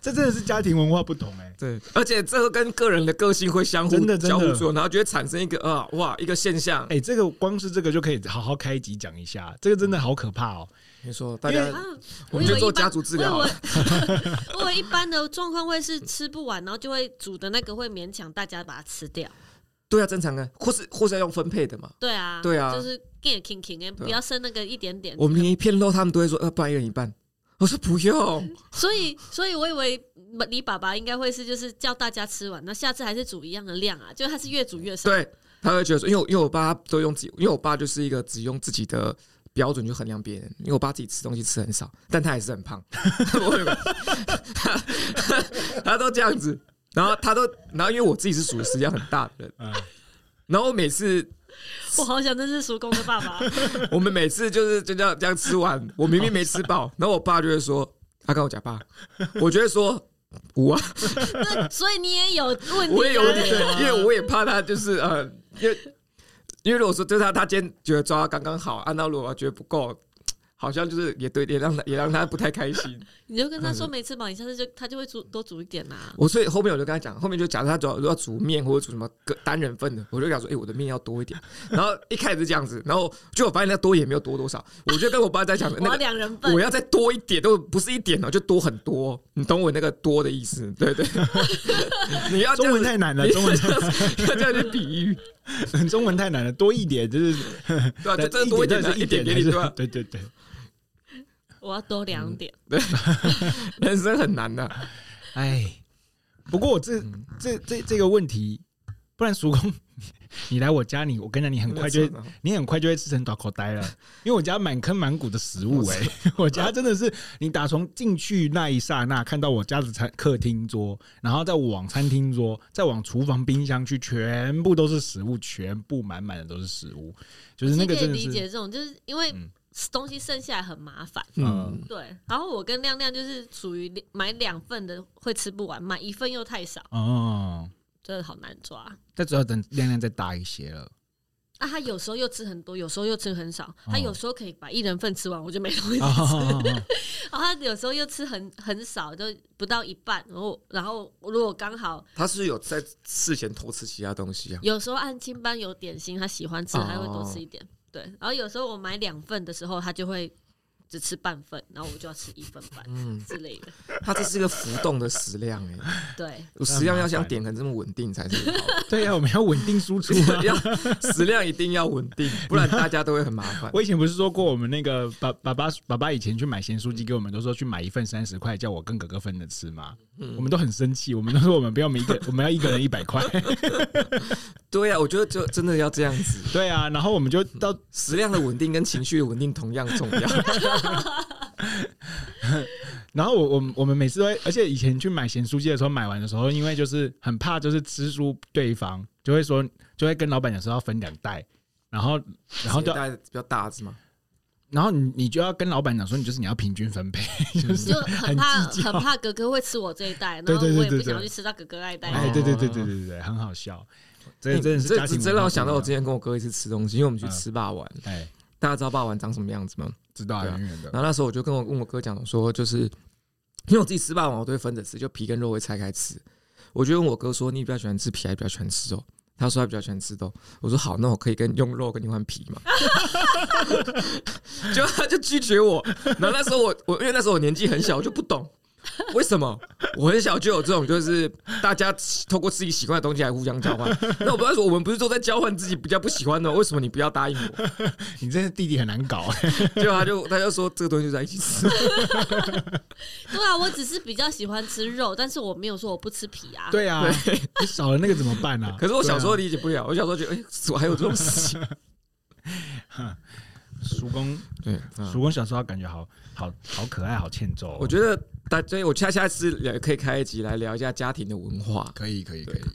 S1: 这真的是家庭文化不同哎，
S3: 对，而且这个跟个人的个性会相互
S1: 真的真的
S3: 交互作用，然后就会产生一个啊哇一个现象。
S1: 哎，这个光是这个就可以好好开一集讲一下，这个真的好可怕哦， [LAUGHS]
S3: 你说大
S1: 因为
S3: 家
S2: 啊
S3: [LAUGHS] 我
S2: 我
S3: 们
S2: 以
S3: 就
S2: 为
S3: 做
S2: 一般
S3: 家族治疗好啊了
S2: [LAUGHS] 我以为我以为一般的状况会是吃不完，然后就会煮的那个会勉强大家把它吃掉。
S3: 对啊，正常的，或是或是要用分配的嘛。
S2: 对啊，
S3: 对啊
S2: 就是 get king king，不要剩那个一点点。
S3: 我们连一片肉，他们都会说，呃，不然一人一半。我说不用，
S2: 所以，所以我以为你爸爸应该会是就是叫大家吃完，那下次还是煮一样的量啊，就他是越煮越少。
S3: 对，他会觉得说，因为我因为我爸都用自己，因为我爸就是一个只用自己的标准去衡量别人，因为我爸自己吃东西吃很少，但他还是很胖， [LAUGHS] 我有个他他都这样子，然后他都，然后因为我自己是属于食量很大的人，
S1: 嗯
S3: 然后我每次
S2: 我好想这是叔公的爸
S3: [LAUGHS]
S2: 爸，
S3: 我们每次就是就这样这样吃完，我明明没吃饱，然后我爸就会说，他、跟我讲爸，我就会说。无啊，
S2: 那所以你也有问题、啊，
S3: 我也有问题，
S2: 对
S3: 因为我也怕他就是呃，因为因为如果说对他，他今天觉得抓到刚刚好，按照如果觉得不够，好像就是也对，也让他也让他不太开心。
S2: 你就跟他
S1: 嗯
S2: 说没吃饱，你下次就他就会煮多煮一点啦、啊。
S3: [LAUGHS] 我所以后面我就跟他讲，后面就假设他主要要煮面或者煮什么个单人份的，我就讲说，哎、我的面要多 [LAUGHS] 一点。然后一开始是这样子，然后 [LAUGHS] 就我发现他多也没有多多少，我就跟我爸在讲
S2: 我
S3: 那
S2: 要
S3: 个。
S2: 两人份
S3: 我，要再多一点，都不是一点哦，就多很多。你懂我那个“多”的意思？对对， [LAUGHS] 你要这
S1: 中
S3: 样
S1: 文
S3: 子
S1: 太难了，中文太
S3: [LAUGHS] 要这样去比喻，
S1: 中文太难了，多一点就是
S3: 啊对吧、就真的多一点，啊
S1: 但 [LAUGHS]
S3: 一点给
S1: 还
S3: 你，
S1: 是
S3: 对吧、
S1: 对对对，
S2: 我要多两
S1: 嗯
S2: 点。
S3: 人生很难的、
S1: 哎，不过我这
S3: 嗯
S1: 这这这个问题，不然叔公，你来我家，你我跟你讲，你很快就会你很快就会吃成大口呆了，因为我家满坑满谷的食物哎、我家真的是你打从进去那一刹那，看到我家的餐客厅桌，然后再往餐厅桌，再往厨房冰箱去，全部都是食物，全部满满的都是食物，就是那个
S2: 其实
S1: 真
S2: 可
S1: 的
S2: 以理解
S1: 是
S2: 这种，就是因为
S1: 嗯
S2: 东西剩下来很麻烦。
S3: 嗯，
S2: 对，然后我跟亮亮就是属于两买两份的会吃不完，买一份又太少，
S1: 哦，
S2: 真的好难抓。啊，
S1: 但只要等量量再大一些了，
S2: 他有时候又吃很多，有时候又吃很少。他有时候可以把一人份吃完，我就没东西吃。
S1: 哦哦哦哦
S2: 然后他有时候又吃很很少，就不到一半。然后然后如果刚好
S3: 他是有在事前偷吃其他东西啊，
S2: 有时候按清班有点心，他喜欢吃，
S3: 哦
S2: 他会多吃一点。对，然后有时候我买两份的时候，他就会只吃半份，然后我就要吃一份半
S3: 嗯，
S2: 之类的。
S3: 他这是一个浮动的食量哎、
S1: [LAUGHS]
S2: 对，
S3: 食量要像点很这么稳定才是好的，
S1: 对呀、啊我们要稳定输出啊。
S3: [LAUGHS] 要食量一定要稳定，不然大家都会很麻
S1: [LAUGHS]
S3: 烦。
S1: 我以前不是说过，我们那个爸爸爸爸爸以前去买咸酥鸡给我们，都说去买一份三十块，叫我跟哥哥分着吃嘛。
S3: 嗯
S1: 我们都很生气，我们都说我们不要每
S3: [LAUGHS]
S1: 一个，我们要一个人一百块。
S3: 对啊，我觉得就真的要这样子，
S1: 对啊，然后我们就到
S3: 食量的稳定跟情绪的稳定同样重要。
S1: 然后我我们我们每次都会，而且以前去买咸酥鸡的时候，买完的时候，因为就是很怕就是吃输对方，就会说就会跟老板讲说要分两袋，然后 [LAUGHS] 然后就
S3: 大比较大只嘛，
S1: 然后你你就要跟老板讲说，你就是你要平均分
S3: [LAUGHS]
S1: 配，就是
S2: 就很怕
S1: 很计较
S2: 很怕哥哥会吃我这一袋，
S1: 对
S2: 然后
S1: 对对
S2: 我也
S1: 对
S2: 不想
S1: 对
S2: 要去吃到哥哥那一袋。
S1: 哎，对对对对对对对，很好笑，这真的是家
S3: 哎这
S1: 庭
S3: 这让我想到我之
S1: 这
S3: 前跟我哥一次吃东西，因为我们去
S1: 嗯
S3: 吃霸王，
S1: 哎，
S3: 大家知道霸王长什么样子吗？
S1: 知道啊
S3: 对啊
S1: 远远的，
S3: 然后那时候我就跟我跟我哥讲说，就是因为我自己吃霸王，我都会分着吃，就皮跟肉会拆开吃。我就问我哥说，你比较喜欢吃皮还是比较喜欢吃肉？他说他比较喜欢吃肉。我说好，那我可以跟用肉跟你换皮嘛？结果他就拒绝我。然后那时候我我因为那时候我年纪很小，我就不懂。为什么我很小就有这种，就是大家透过自己喜欢的东西来互相交换？那我不要说，我们不是都在交换自己比较不喜欢的吗？为什么你不要答应我？
S1: 你这弟弟很难 [LAUGHS] 搞，
S3: 结果他就他就说这个东西就在一起吃。
S2: 对啊，我只是比较喜欢吃肉，但是我没有说我不吃皮啊。
S1: 对啊，你少了那个怎么办 [LAUGHS] 啊？
S3: 可是我小时候
S1: 对
S3: 理解不了，我小时候觉得，哎、我还有这种事
S1: [LAUGHS]
S3: 情。
S1: 啊嗯叔公，
S3: 对，
S1: 叔公小时候感觉好好好可爱，好欠揍哦。
S3: [LAUGHS] 我觉得大，所以我恰恰是也可以开一集来聊一下家庭的文化，
S1: 可以，可以，可
S3: 对
S1: 以，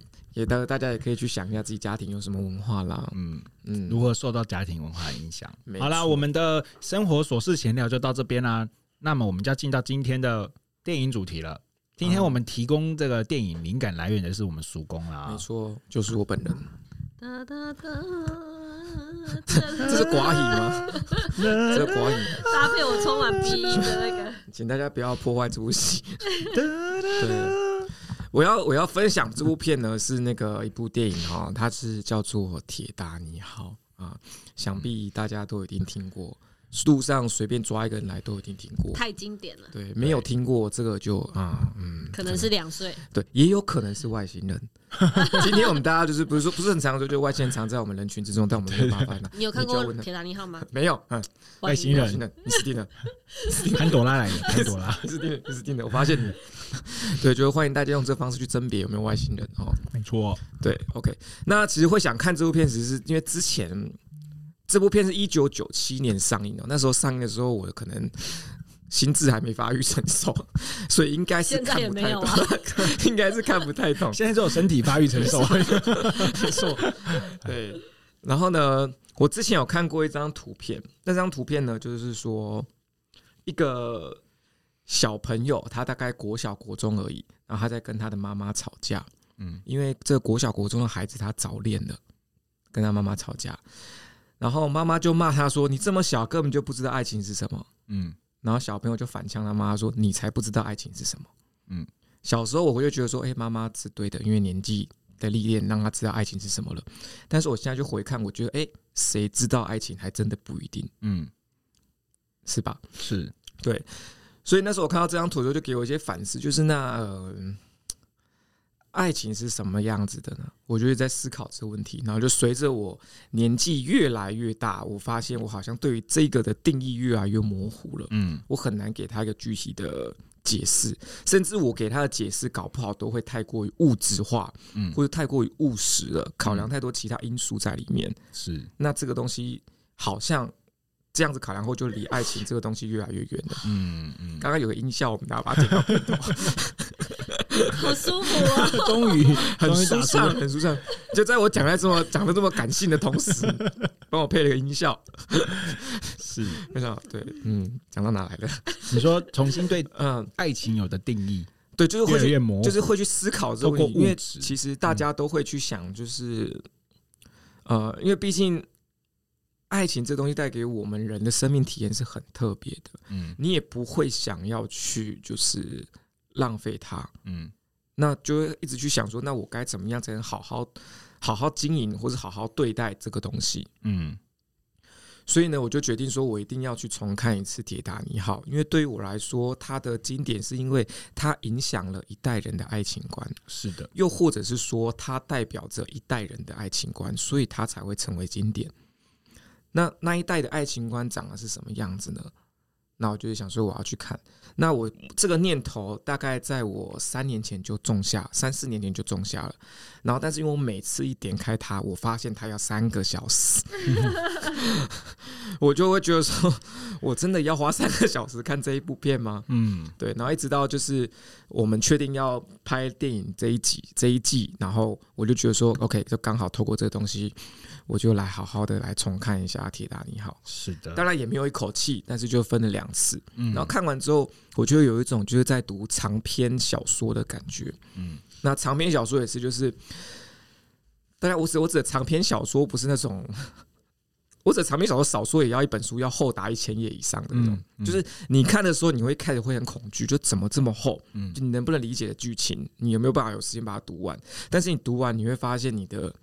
S3: 也大大家也可以去想一下自己家庭有什么文化啦。
S1: 嗯。如
S3: 嗯，
S1: 何受到家庭文化影响
S3: 没。错
S1: 好啦，我们的生活琐事闲聊就到这边啦。那么我们就要进到今天的电影主题了。今天我们提供这个电影灵感来源的是我们叔公啦
S3: 没，错，就是我本人。
S2: 哒哒哒，
S3: 这是寡语吗？这是寡语，
S2: 搭配我充满皮音的那个。
S3: 请大家不要破坏这部戏。对，我要我要分享这部片呢，是那个一部电影哈、它是叫做《铁达尼号》啊，想必大家都一定听过，路上随便抓一个人来都一定听过。
S2: 太经典了，
S3: 对，没有听过这个就啊，嗯，
S2: 可能是两岁。
S3: 对，也有可能是外星人。 [LAUGHS] 今天我们大家就是不是说不是很常说，就外星人藏在我们人群之中，但我们没有办法呢。
S2: 你有看
S3: 你就
S2: 过
S3: 要问
S2: 《
S3: 他
S2: 铁达尼号》吗？
S3: 没有，嗯，
S1: 外星
S3: 外
S1: 人
S3: 星人，你死定了，
S1: [LAUGHS] 潘朵拉来 [LAUGHS] 的，潘朵拉，
S3: 你死定了，你死定了，我发现你了。 [LAUGHS] 对，就是欢迎大家用这方式去甄别有没有外星人哦。
S1: 没错，
S3: 对，OK，那其实会想看这部片，只是因为之前这部片是一九九七年上映的，那时候上映的时候我可能心智还没发育成熟，所以应该是
S2: 现在
S3: 看
S2: 也
S3: 不
S2: 没
S3: 太
S2: 有
S3: 懂，
S2: 啊
S3: [LAUGHS] 应该是看不太懂。
S1: 现在只有身体发育成 [LAUGHS] 熟，
S3: [LAUGHS] 没错，对。然后呢，我之前有看过一张图片，那张图片呢，就是说一个小朋友，他大概国小国中而已，然后他在跟他的妈妈吵架，
S1: 嗯，
S3: 因为这个国小国中的孩子他早恋了，跟他妈妈吵架，然后妈妈就骂他说：“你这么小，根本就不知道爱情是什么。”
S1: 嗯
S3: 然后小朋友就反呛他妈说：“你才不知道爱情是什么。”
S1: 嗯
S3: 嗯，小时候我会就觉得说：“哎、妈妈是对的，因为年纪的历练让他知道爱情是什么了。”但是我现在就回看，我觉得哎，诶谁、知道爱情还真的不一定
S1: 嗯，
S3: 是吧？
S1: 是，
S3: 所以那时候我看到这张图的时候，就给我一些反思，就是那呃，爱情是什么样子的呢？我就是在思考这个问题，然后就随着我年纪越来越大，我发现我好像对于这个的定义越来越模糊了。
S1: 嗯，
S3: 我很难给他一个具体的解释，甚至我给他的解释，搞不好都会太过于物质化，
S1: 嗯
S3: 或者太过于务实了，考量太多其他因素在里面。
S1: 是
S3: 那这个东西好像这样子考量后，就离爱情这个东西越来越远了。
S1: 嗯嗯，
S3: 刚刚有个音效，我们大家把它剪掉，
S2: 好舒服
S1: [LAUGHS]
S2: 啊！
S1: 终
S3: [LAUGHS]
S1: 于
S3: 很
S1: 终于
S3: 舒
S1: 打出
S3: 畅，很舒畅。就在我讲在这么讲的这么感性的同时，帮我配了个音效，
S1: 是
S3: 非常好对，嗯，讲到哪来的？
S1: 你说重新对
S3: 嗯，
S1: 爱情有的定义
S3: 对，就
S1: 越
S3: 是会
S1: 来
S3: 去
S1: 越模糊，
S3: 就是会去思考这个问
S1: 透
S3: 题，
S1: 过物
S3: 因为
S1: 质嗯
S3: 其实大家都会去想，就是、呃，因为毕竟爱情这东西带给我们人的生命体验是很特别的，
S1: 嗯
S3: 你也不会想要去就是浪费它，
S1: 嗯
S3: 那就会一直去想说，那我该怎么样才能好好好好经营或者好好对待这个东西？
S1: 嗯
S3: 所以呢，我就决定说，我一定要去重看一次《铁达尼号》，因为对于我来说，它的经典是因为它影响了一代人的爱情观。
S1: 是的，
S3: 又或者是说它代表着一代人的爱情观，所以它才会成为经典。那那一代的爱情观长的是什么样子呢？那我就是想说我要去看。那我这个念头大概在我三年前就种下，三四年前就种下了。然后，但是因为我每次一点开它，我发现它要三个小时， [LAUGHS] 我就会觉得说，我真的要花三个小时看这一部片吗？
S1: 嗯
S3: 对，然后一直到就是我们确定要拍电影这一集这一季，然后我就觉得说，OK，就刚好透过这个东西，我就来好好的来重看一下《铁达尼号
S1: 是》，的，
S3: 当然也没有一口气，但是就分了两次。
S1: 嗯
S3: 然后看完之后，我就有一种就是在读长篇小说的感觉。
S1: 嗯
S3: 那长篇小说也是，就是当然我指我指的长篇小说不是那种，我指的长篇小说少说也要一本书要厚达一千页以上的那种。
S1: 嗯嗯
S3: 就是你看的时候，你会开始会很恐惧，就怎么这么厚？
S1: 嗯
S3: 就你能不能理解的剧情，你有没有办法有时间把它读完？但是你读完，你会发现你的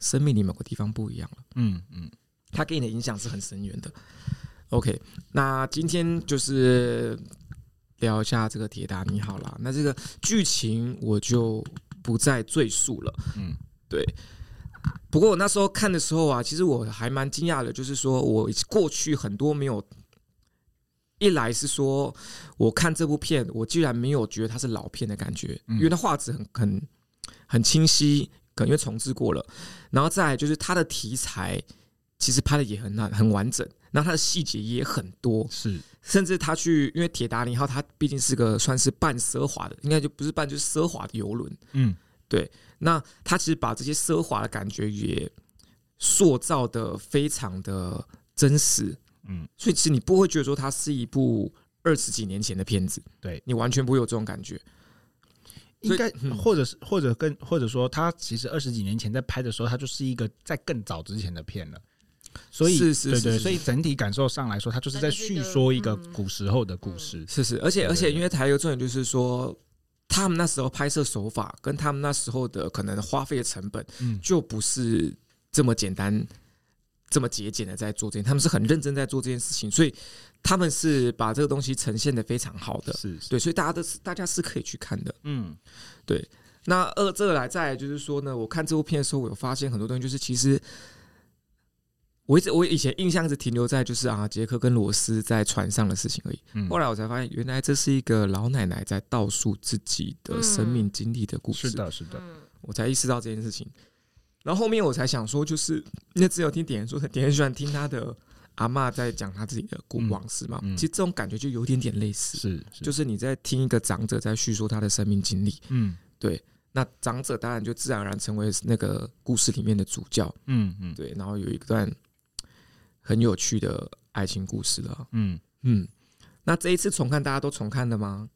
S3: 生命里某个地方不一样了，
S1: 嗯嗯
S3: 它给你的影响是很深远的。OK，那今天就是聊一下这个《铁达尼号》啦。那这个剧情我就不再赘述了。
S1: 嗯
S3: 不过我那时候看的时候啊，其实我还蛮惊讶的，就是说我过去很多没有，一来是说我看这部片，我居然没有觉得它是老片的感觉，
S1: 嗯
S3: 因为它画质很很很清晰，可能因为重置过了，然后再来就是它的题材其实拍的也很很完整，然后它的细节也很多，
S1: 是
S3: 甚至他去，因为铁达尼号它毕竟是个算是半奢华的，应该就不是半就是奢华的游轮，
S1: 嗯
S3: 那他其实把这些奢华的感觉也塑造的非常的真实，
S1: 嗯
S3: 所以其实你不会觉得说它是一部二十几年前的片子，
S1: 对
S3: 你完全不会有这种感觉。
S1: 应该
S3: 所以嗯
S1: 或者是或者更或者说他其实二十几年前在拍的时候，他就是一个在更早之前的片了。所以，
S3: 是是
S1: 对
S3: 是
S1: 对，
S3: 是
S1: 所以整体感受上来说，他就是在叙说一个古时候的故事。
S3: 是是，而且
S1: 对
S3: 而且，
S1: 对
S3: 因为还有一个重点就是说，他们那时候拍摄手法跟他们那时候的可能花费的成本
S1: 嗯
S3: 就不是这么简单、这么节俭的在做这件，他们是很认真在做这件事情，所以他们是把这个东西呈现的非常好的。
S1: 是，是
S3: 嗯对，所以大家都是大家是可以去看的。
S1: 嗯
S3: 那二这来再来就是说呢，我看这部片的时候，我有发现很多东西，就是其实我一直我以前印象一直停留在就是啊，杰克跟罗斯在船上的事情而已。
S1: 嗯，
S3: 后来我才发现，原来这是一个老奶奶在倒数自己的生命经历的故事。
S1: 嗯是，的，是的，
S2: 嗯
S3: 我才意识到这件事情。然后后面我才想说，就是那只有听点人说，点人喜欢听他的阿嬷在讲他自己的故
S1: 嗯
S3: 往事嘛。
S1: 嗯
S3: 其实这种感觉就有点点类似，
S1: 是，
S3: 就是是你在听一个长者在叙述他的生命经历。
S1: 嗯
S3: 那长者当然就自然而然成为那个故事里面的主角，
S1: 嗯嗯
S3: 对，然后有一段很有趣的爱情故事了，
S1: 嗯
S3: 嗯，那这一次重看大家都重看了吗？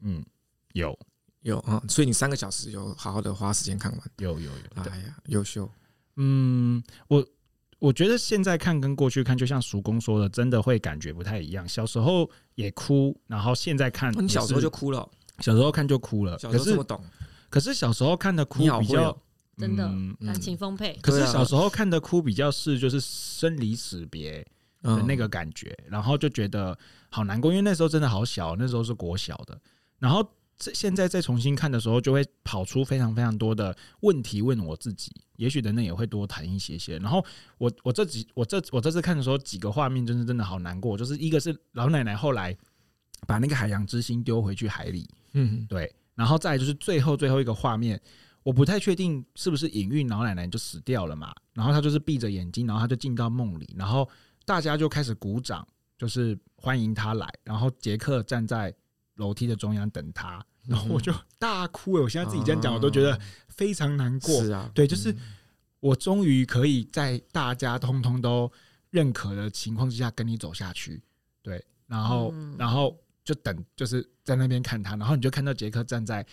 S1: 嗯，有
S3: 有啊、所以你三个小时有好好的花时间看完，
S1: 有有有，对
S3: 哎呀，优秀，
S1: 嗯，我我觉得现在看跟过去看，就像叔公说的，真的会感觉不太一样。小时候也哭，然后现在嗯看也是，
S3: 哦你小时候就哭了哦，
S1: 小时候看就哭了，
S3: 小
S1: 可
S3: 时候这么
S1: 是
S3: 懂，
S1: 可是小时候看的哭
S3: 你好
S1: 比
S3: 会
S1: 较
S3: 哦，
S2: 真的
S1: 嗯
S3: 嗯
S2: 感情丰沛，
S1: 可
S3: 对
S1: 是
S3: 啊
S1: 小时候看的哭比较是就是生离死别的
S3: 嗯
S1: 那个感觉，然后就觉得好难过，因为那时候真的好小，那时候是国小的，然后这现在再重新看的时候，就会跑出非常非常多的问题问我自己，也许等等也会多谈一些些。然后我我这几我这我这次看的时候，几个画面真是真的好难过，就是一个是老奶奶后来把那个海洋之心丢回去海里，
S3: 嗯，
S1: 对，然后再来就是最后最后一个画面，我不太确定是不是隐喻老奶奶就死掉了嘛，然后她就是闭着眼睛，然后她就进到梦里，然后大家就开始鼓掌，就是欢迎她来，然后杰克站在楼梯的中央等她，然后我就大哭、欸，我现在自己这样讲，我都觉得非常难过，
S3: 是啊，
S1: 对就是
S3: 嗯
S1: 我终于可以在大家通通都认可的情况之下跟你走下去，对，然后、
S2: 嗯
S1: 然后就等就是在那边看他，然后你就看到杰克站在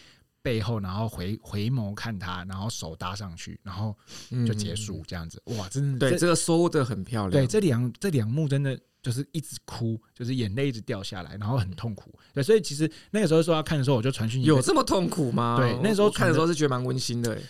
S1: 背后，然后回回眸看他，然后手搭上去，然后
S3: 嗯
S1: 就结束这样子，哇，真的
S3: 对，
S1: 这
S3: 这个收的很漂亮。
S1: 对这两这两幕真的。就是一直哭，就是眼泪一直掉下来，然后很痛苦。对，所以其实那个时候说要看的时候，我就传讯息给
S3: 有这么痛苦吗？
S1: 对那时候
S3: 我看的
S1: 传的
S3: 时候是觉得蛮温馨的、欸。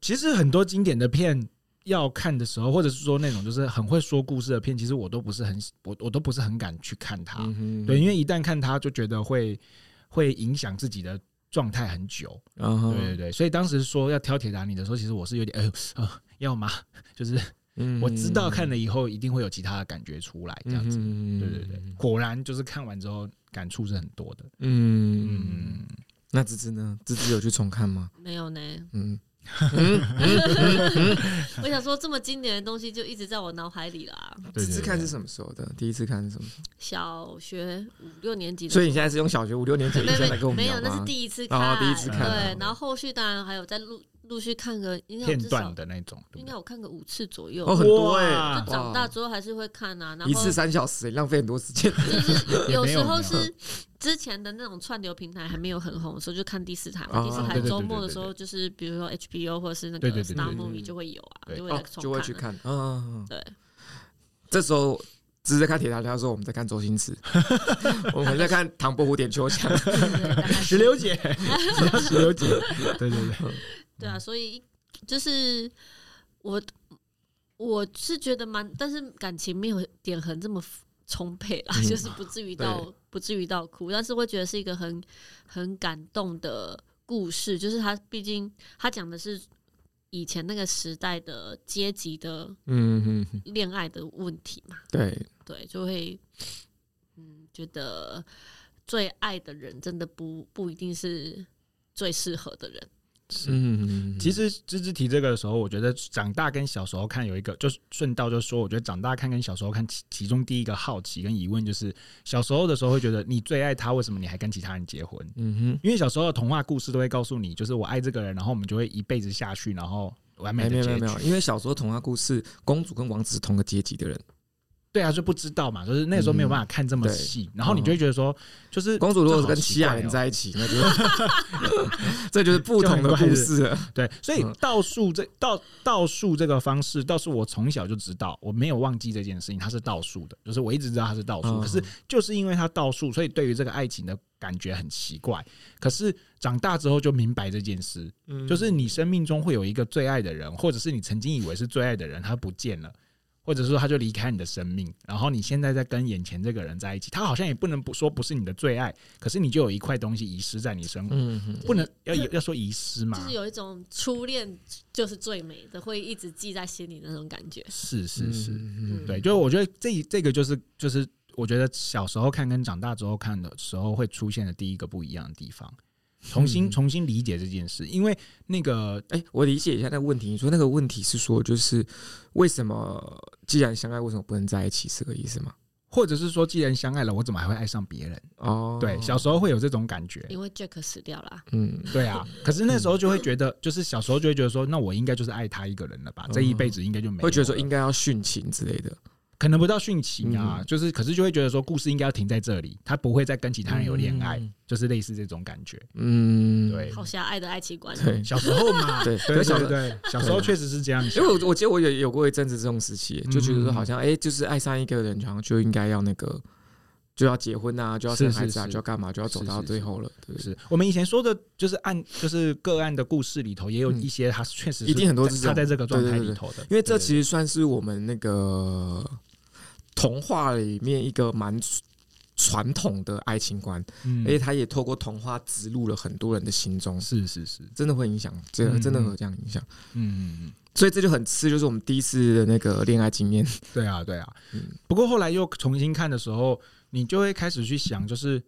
S1: 其实很多经典的片要看的时候，或者是说那种就是很会说故事的片，其实我都不是很我我都不是很敢去看它。
S3: 嗯哼
S1: 啊对，因为一旦看它，就觉得会会影响自己的状态很久。对
S3: 嗯哼
S1: 对对，所以当时说要挑《铁达尼》的时候，其实我是有点哎呦呃，要吗？ [LAUGHS] 就是
S3: 嗯
S1: 我知道看了以后一定会有其他的感觉出来，这样子。
S3: 嗯哼
S1: 对对对，果然就是看完之后感触是很多的。
S3: 嗯，
S1: 嗯，
S3: 那芝芝呢？芝芝有去重看吗？
S2: 没有呢。
S3: 嗯，
S2: 我想说，这么经典的东西就一直在我脑海里啦。
S1: 嗯对
S3: 芝芝看是
S1: 么？
S3: 什么时候的？第一次看是什么时
S2: 小学五六年级
S3: 候？
S2: 的
S3: 所以你现在是用小学五六年级的印象来
S2: 没
S3: 跟我
S2: 有
S3: 们
S2: 没
S3: 聊
S2: 有，
S3: 吗？
S2: 那是第一次
S3: 哦
S2: 看，
S3: 第一次
S1: 看
S2: 对
S3: 哦，
S2: 然后后续当然还有再陆陆续看个，应该有
S1: 片
S2: 至
S1: 段
S2: 少
S1: 的那种，对
S2: 应
S1: 不
S2: 该
S1: 对
S2: 我看个五次左右。
S3: 哦，很多哎、
S1: 哇
S3: 欸，
S2: 就长大之后还是会看啊，然
S3: 一
S2: 后
S3: 次三小时、欸，浪费很多时间。
S1: 也
S2: 有
S1: 没
S2: 时
S1: 有没
S2: 候
S1: 有
S2: 是之前的那种串流平台还没有很红的时候，就看第四台嘛。
S3: 啊
S2: 第四
S3: 对
S2: 台
S1: 对对
S2: 周
S1: 对
S2: 末
S1: 对
S2: 的
S1: 对
S2: 时候，就是比如说 HBO 或者是那
S1: 对对
S2: 个
S1: 对
S2: Star
S3: 对对
S2: Movie 就会有啊，
S1: 对
S2: 就会
S3: 哦
S2: 来，
S3: 就会去
S2: 重看啊。
S3: 看，嗯嗯，嗯
S2: 对。
S3: 这时候只是在看《铁达尼》的时候，我们在看周
S2: [LAUGHS]
S3: 星驰，我们在看《唐伯虎点秋香》。
S2: 对大
S1: [LAUGHS]
S2: 概是
S1: 石榴姐，你要石榴姐，对对对，
S2: 对啊，所以就是我我是觉得蛮，但是感情没有点痕这么充沛啦，[LAUGHS]
S3: 嗯
S2: 就是不至于到不至于到哭，但是会觉得是一个很很感动的故事，就是他毕竟他讲的是以前那个时代的阶级的
S3: [LAUGHS] 嗯嗯，嗯
S2: 恋爱的问题嘛，
S3: 对，
S2: 对，就会嗯觉得最爱的人真的不不一定是最适合的人，
S3: 嗯，
S1: 其实芝芝提这个的时候，我觉得长大跟小时候看有一个，就是顺道就说，我觉得长大看跟小时候看其其中第一个好奇跟疑问就是，小时候的时候会觉得你最爱他，为什么你还跟其他人结婚？
S3: 嗯
S1: 因为小时候的童话故事都会告诉你，就是我爱这个人，然后我们就会一辈子下去，然后完
S3: 哼，
S1: 美
S3: 没
S1: 的
S3: 没
S1: 结
S3: 有没
S1: 局
S3: 有，。因为小时候童话故事，公主跟王子是同个阶级的人，
S1: 对啊，就不知道嘛，就是那时候没有办法看这么
S3: 嗯对
S1: 细，然后你就会觉得说，就是
S3: 公主如果是跟啊
S1: 这好奇
S3: 西亚
S1: 怪哦
S3: 人在一起，那就 [LAUGHS] 这就是不同的故事了。
S1: 对，所以
S3: 嗯
S1: 倒数这倒倒数这个方式，倒数我从小就知道，我没有忘记这件事情，它是倒数的，就是我一直知道它是倒数，
S3: 嗯
S1: 可是就是因为它倒数，所以对于这个爱情的感觉很奇怪。可是长大之后就明白这件事，
S3: 嗯
S1: 就是你生命中会有一个最爱的人，或者是你曾经以为是最爱的人，他不见了。或者说他就离开你的生命，然后你现在在跟眼前这个人在一起，他好像也不能不说不是你的最爱，可是你就有一块东西遗失在你生活，
S3: 嗯哼，
S1: 不能要要说遗失嘛，
S2: 就是有一种初恋就是最美的，会一直记在心里的那种感觉。
S1: 是是是，
S3: 嗯，
S1: 对，就是我觉得这这个就是就是我觉得小时候看跟长大之后看的时候会出现的第一个不一样的地方，重新
S3: 嗯
S1: 重新理解这件事，因为那个
S3: 哎，我理解一下那个问题。你说那个问题是说，就是为什么既然相爱，为什么不能在一起？是个意思吗？
S1: 或者是说，既然相爱了，我怎么还会爱上别人？
S3: 哦，
S1: 对，小时候会有这种感觉，
S2: 因为 Jack 死掉了，
S3: 嗯，
S1: 对啊。可是那时候就会觉得，就是小时候就会觉得说，那我应该就是爱他一个人了吧，这一辈子应该就没有了。
S3: 嗯会觉得说应该要殉情之类的。
S1: 可能不到殉情啊，
S3: 嗯
S1: 就是可是就会觉得说，故事应该要停在这里，他不会再跟其他人有恋爱，
S3: 嗯
S1: 就是类似这种感觉。
S3: 嗯，
S1: 对，
S2: 好狭隘的爱情观。
S3: 对，
S1: 小时候嘛，
S3: 对
S1: 对
S3: 可是小
S1: 对对， [LAUGHS] 小时候确实是这样想
S3: 因为。我我记得我有有过一阵子这种时期，就觉得说
S1: 嗯
S3: 好像哎、就是爱上一个人，好像就应该要那个就要结婚啊，就要
S1: 是
S3: 生
S1: 是
S3: 孩子啊，
S1: 是
S3: 就要干嘛，就要走
S1: 是
S3: 到
S1: 是
S3: 最
S1: 是
S3: 后了，对不对？
S1: 是我们以前说的，就是案，就是个案的故事里头，也有
S3: 嗯
S1: 一些他确实是
S3: 一定很多
S1: 在
S3: 是这
S1: 他
S3: 种
S1: 在这个状态
S3: 对对
S1: 里
S3: 对
S1: 头的，
S3: 因为这其
S1: 实
S3: 实算是我们那个童话里面一个蛮传统的爱情观，
S1: 嗯
S3: 而且他也透过童话植入了很多人的心中，
S1: 是是是，
S3: 真的会影响，真的
S1: 嗯
S3: 真的会有这样影响。
S1: 嗯，
S3: 所以这就很吃，就是我们第一次的那个恋爱经验。
S1: 对啊，对啊。
S3: 嗯
S1: 不过后来又重新看的时候，你就会开始去想，就是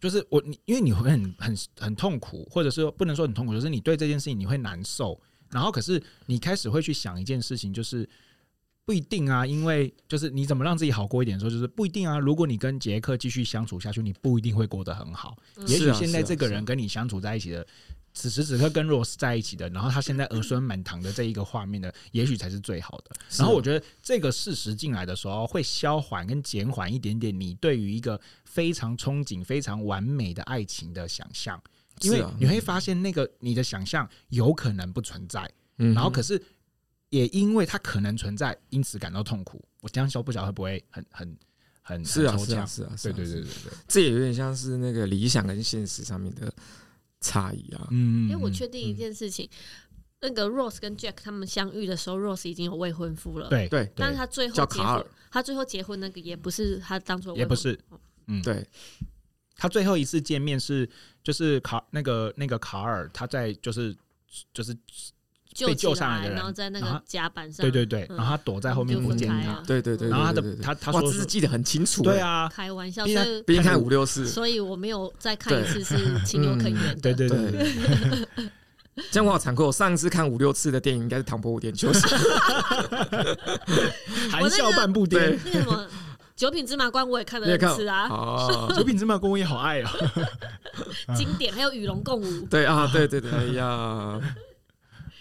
S1: 就是我，你因为你会很很很痛苦，或者是不能说很痛苦，就是你对这件事情你会难受。然后可是你开始会去想一件事情，就是不一定啊，因为就是你怎么让自己好过一点的时候，就是不一定啊。如果你跟杰克继续相处下去，你不一定会过得很好。
S2: 嗯
S1: 也
S3: 是
S1: 许
S3: 啊
S1: 现在
S3: 是啊
S1: 这个
S3: 是啊
S1: 人跟你相处在一起的，此时此刻跟 Rose 在一起的，然后他现在儿孙满堂的这一个画面呢，也许才是最好的。
S3: 是啊
S1: 然后我觉得这个事实进来的时候，会消缓跟减缓一点点你对于一个非常憧憬、非常完美的爱情的想象，因
S3: 是
S1: 为
S3: 啊
S1: 你会发现那个你的想象有可能不存在，
S3: 嗯
S1: 然后可是也因为它可能存在，因此感到痛苦。我这样说不晓得会不会很很很很
S3: 是啊
S1: 抽
S3: 是啊
S1: 象？
S3: 是啊，
S1: 对
S3: 是啊
S1: 对对，
S3: 是
S1: 对
S3: 啊
S1: 对，
S3: 这也有点像是那个理想跟现实上面的差异啊。
S1: 嗯
S2: 因为我确定一件事情，那个 Rose 跟 Jack 他们相遇的时候，Rose 已经有未婚夫了。。
S1: 对
S3: 对
S2: 但是他最后
S3: 叫
S2: 结
S3: 卡
S2: 婚
S3: 尔，
S2: 他最后结婚那个也不是他当初的未
S1: 也
S2: 婚
S1: 不是
S2: 夫，
S3: 对，
S1: 他最后一次见面是就是卡那个那个卡尔，他在就是就是
S2: 救
S1: 被
S2: 起
S1: 救上来的人
S2: 然后在那
S1: 然
S2: 个
S1: 后
S2: 甲板上，
S1: 对对对，
S2: 嗯
S1: 然后他躲在后面
S2: 就
S1: 不
S2: 分
S1: 见
S2: 开
S1: 他
S2: 啊，
S3: 嗯对对对，
S1: 然后他
S3: 对对
S1: 的
S3: 对
S1: 他他
S3: 哇，
S1: 说
S3: 这是
S1: 是
S3: 记得很清楚。
S1: 对
S3: 哎，
S1: 啊，
S2: 开玩笑，
S1: 毕
S2: 所
S1: 竟
S2: 以
S3: 毕竟看五六四，
S2: 所以我没有再看一次是情有可原的。
S1: 嗯对对对，
S3: 对。 [LAUGHS] 这样我好惭愧，我上一次看五六次的电影应该是《唐伯虎点
S2: [LAUGHS]
S3: 秋香》哎
S1: 含笑半步
S3: 对
S1: 癫。
S2: 那个什么九品芝麻官我也看了
S3: 你也看
S2: 两次啊，
S3: 哦，
S1: 九品芝麻官我也好爱啊，
S3: [LAUGHS]
S2: 经典还有与龙共舞。
S3: 对啊，对对对，哎呀，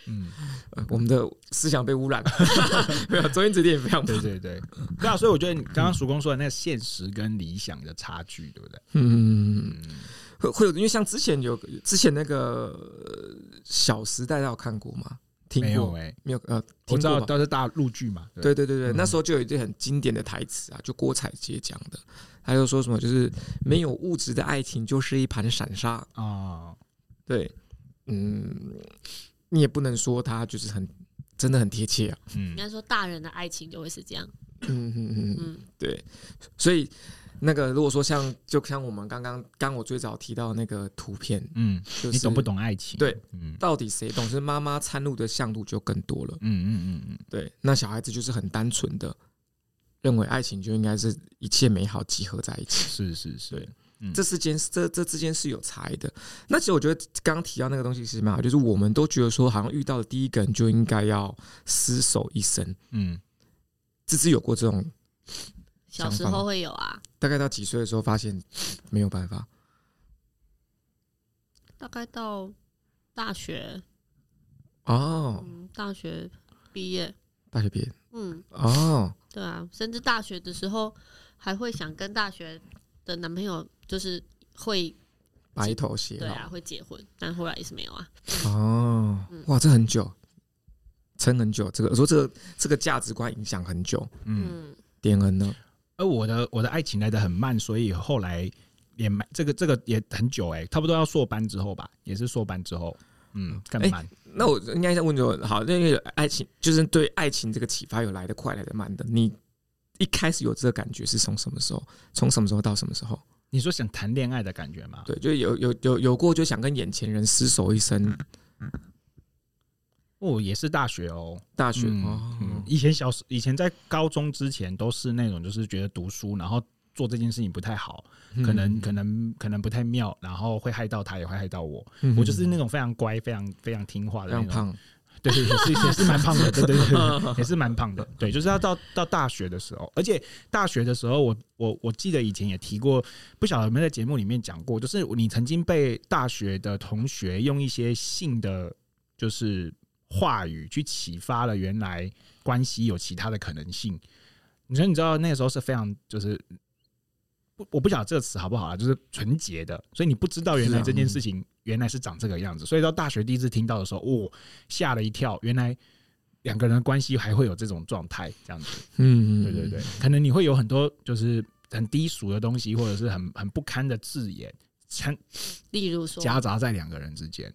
S1: 嗯，
S3: 呃我们的思想被污染， [LAUGHS] 没有，周星驰电影非常棒
S1: 对，对对，对啊，所以我觉得你刚刚曙光说的那个现实跟理想的差距，对不对？
S3: 嗯，
S1: 嗯，
S3: 会会有，因为像之前有之前那个呃《小时代》，大家有看过吗？听
S1: 没有
S3: 过
S1: 哎，
S3: 没有？呃，
S1: 我
S3: 听
S1: 知
S3: 过
S1: 道
S3: 吧？
S1: 都是大陆剧嘛，
S3: 对对对对，
S1: 嗯
S3: 那时候就有一句很经典的台词啊，就郭采洁讲的，他就说什么，就是没有物质的爱情就是一盘散沙。
S1: 啊，
S3: 对，嗯，你也不能说他就是很真的很贴切啊。
S1: 嗯
S2: 应该说大人的爱情就会是这样，
S3: 嗯嗯嗯嗯，
S2: 嗯，
S3: 对，所以那个如果说像就像我们刚刚刚我最早提到的那个图片，
S1: 嗯，
S3: 就是
S1: 你懂不？懂爱情？
S3: 对，
S1: 嗯
S3: 到底谁懂？就是妈妈参入的向度就更多了。
S1: 嗯嗯嗯嗯，
S3: 对，那小孩子就是很单纯的认为爱情就应该是一切美好集合在一
S2: 嗯
S3: 起。
S1: 是是是
S3: 对，这之间这这之间是有差异的。那其实我觉得刚刚提到那个东西是蛮好，就是我们都觉得说，好像遇到的第一个人就应该要厮守一生。
S1: 嗯
S3: 芝芝有过这种，
S2: 小时候会有啊，
S3: 大概到几岁的时候发现没有办法，
S2: 大概到大学，
S3: 哦，
S2: 嗯，大学毕业，
S3: 大学毕业，
S2: 嗯，
S3: 哦，
S2: 对啊，甚至大学的时候还会想跟大学的男朋友就是会
S3: 白头偕
S2: 对
S3: 老，
S2: 啊会结婚，但后来也是没有啊。
S3: 哦，哇，这很久，撑很久。这个我说这个这个价值观影响很久。
S1: 嗯。
S2: 嗯，
S3: 点恩呢？
S1: 而我的我的爱情来得很慢，所以后来也蛮这个这个也很久哎、差不多要硕班之后吧，也是硕班之后，嗯，
S3: 哎
S1: 更慢。
S3: 那我应该再问就好，那个爱情就是对爱情这个启发有来的快，来的慢的。你一开始有这个感觉是从什么时候？从什么时候到什么时候？
S1: 你说想谈恋爱的感觉吗？
S3: 对，就有有有有过就想跟眼前人厮守一
S1: 嗯
S3: 生。
S1: 哦，也是大学哦，
S3: 大
S1: 大
S3: 学、哦
S1: 嗯，嗯，以前小时以前在高中之前都是那种就是觉得读书，然后做这件事情不太好，
S3: 嗯
S1: 可能可能可能不太妙，然后会害到他，也会害到我。
S3: 能
S1: 我就是那种非哦常乖、非常非常听话
S3: 嗯非
S1: 的那
S3: 常
S1: 种
S3: 胖，
S1: 对，也是也是蛮胖的，对对对
S3: [LAUGHS]
S1: 对，也是蛮胖的。对，就是要到到大学的时候，而且大学的时候，我我我记得以前也提过，不晓得有没有在节目里面讲过，就是你曾经被大学的同学用一些性的，就是话语去启发了原来关系有其他的可能性。你说你知道那个时候是非常就是。不，我不晓得这个词好不好啊，就是纯洁的，所以你不知道原来
S3: 是啊
S1: 这件
S3: 嗯
S1: 事情原来是长这个样子，所以到大学第一次听到的时候，哦，吓了一跳，原来两个人的关系还会有这种状态，这样子。
S3: 嗯
S1: 对对对，，可能你会有很多就是很低俗的东西，或者是很很不堪的字眼掺
S2: 例如说，
S1: 夹杂在两个人之间。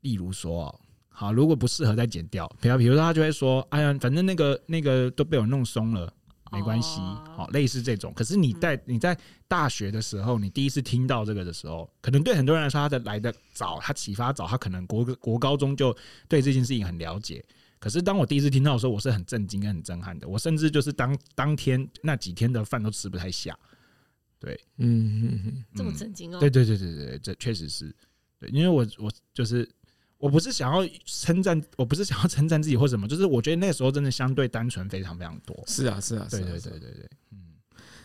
S1: 例如说哦，好，如果不适合再剪掉，比方比如说他就会说，哎呀，反正那个那个都被我弄松了，没关系，
S2: 哦嗯
S1: 好、类似这种。可是你在你在大学的时候，你第一次听到这个的时候，可能对很多人来说，他的来的早，他启发早，他可能国国高中就对这件事情很了解。可是当我第一次听到的时候，我是很震惊跟很震撼的，我甚至就是当当天那几天的饭都吃不太下。
S3: 嗯嗯嗯，
S2: 这么
S1: 嗯
S2: 震惊哦、
S1: 对对对对对，这确实是对，因为我我就是我不是想要称赞，我不是想要称赞自己或什么，就是我觉得那时候真的相对单纯非常非常多。
S3: 是啊是啊，是
S1: 对
S3: 啊
S1: 对
S3: 是啊
S1: 对对对，嗯，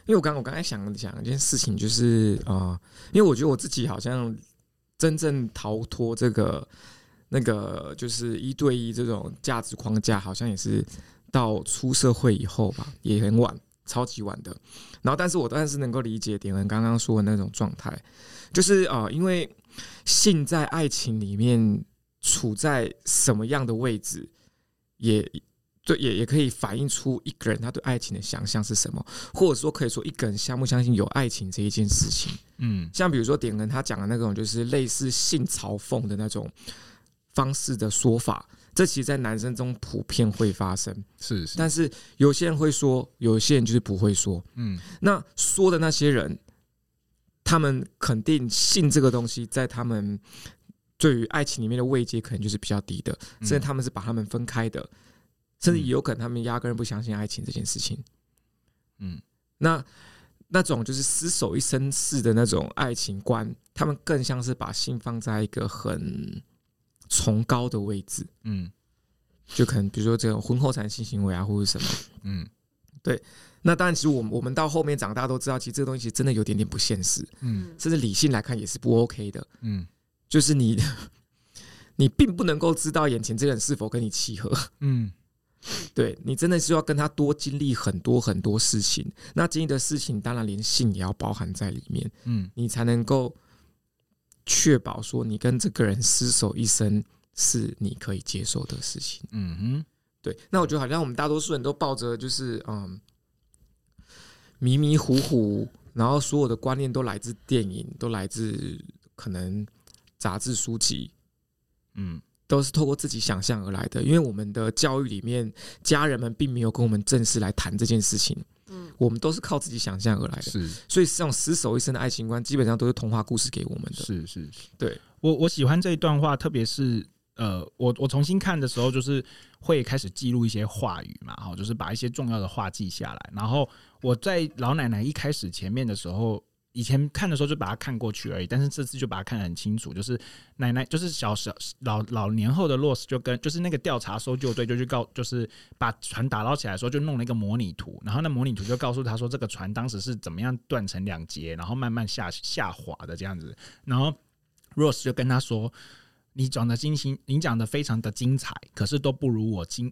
S3: 因为我刚我刚才想想一件事情，就是啊、呃因为我觉得我自己好像真正逃脱这个那个就是一对一这种价值框架，好像也是到出社会以后吧，也很晚，超级晚的。然后，但是我但是能够理解点恩刚刚说的那种状态，就是啊、呃因为性在爱情里面处在什么样的位置，也对也也可以反映出一个人他对爱情的想象是什么。或者说可以说一个人相不相信有爱情这一件事情。
S1: 嗯
S3: 像比如说点人他讲的那种，就是类似性嘲讽的那种方式的说法，这其实在男生中普遍会发生。
S1: 是是，
S3: 但是有些人会说，有些人就是不会说。
S1: 嗯
S3: 那说的那些人，他们肯定性这个东西在他们。对于爱情里面的慰藉，可能就是比较低的，
S1: 嗯
S3: 甚至他们是把他们分开的，甚至
S1: 嗯
S3: 也有可能他们压根儿不相信爱情这件事情。
S1: 嗯
S3: 那那种就是厮守一生式的那种爱情观，他们更像是把性放在一个很崇高的位置，
S1: 嗯
S3: 就可能比如说这种婚后产性行为啊，或者什么。
S1: 嗯
S3: 那当然，其实我们我们到后面长大都知道，其实这个东西其实真的有点点不现实，
S1: 嗯
S3: 甚至理性来看也是不 OK 的。
S1: 嗯
S3: 就是你， [LAUGHS] 你并不能够知道眼前这个人是否跟你契合，
S1: 嗯
S3: 对你真的是要跟他多经历很多很多事情。那经历的事情，当然连性也要包含在里面。
S1: 嗯
S3: 你才能够确保说你跟这个人厮守一生是你可以接受的事情。
S1: 嗯哼，
S3: 对，那我觉得好像我们大多数人都抱着就是嗯迷迷糊糊，然后所有的观念都来自电影，都来自可能杂志书籍。
S1: 嗯
S3: 都是透过自己想象而来的，因为我们的教育里面，家人们并没有跟我们正式来谈这件事情，
S2: 嗯，
S3: 我们都是靠自己想象而来的，
S1: 是
S3: 所以这种厮守一生的爱情观，基本上都是童话故事给我们的。
S1: 是是，是
S3: 对
S1: 我我喜欢这一段话，特别是呃，我我重新看的时候，就是会开始记录一些话语嘛，哈，就是把一些重要的话记下来。然后我在老奶奶一开始前面的时候。以前看的时候就把它看过去而已，但是这次就把它看得很清楚。就是奶奶，就是小时老老年后的 Ross 就跟就是那个调查搜救队就去告，就是把船打捞起来的时候就弄了一个模拟图，然后那模拟图就告诉他说这个船当时是怎么样断成两截，然后慢慢下下滑的这样子。然后 Rose 就跟他说：“你讲的精心，你讲的非常的精彩，可是都不如我精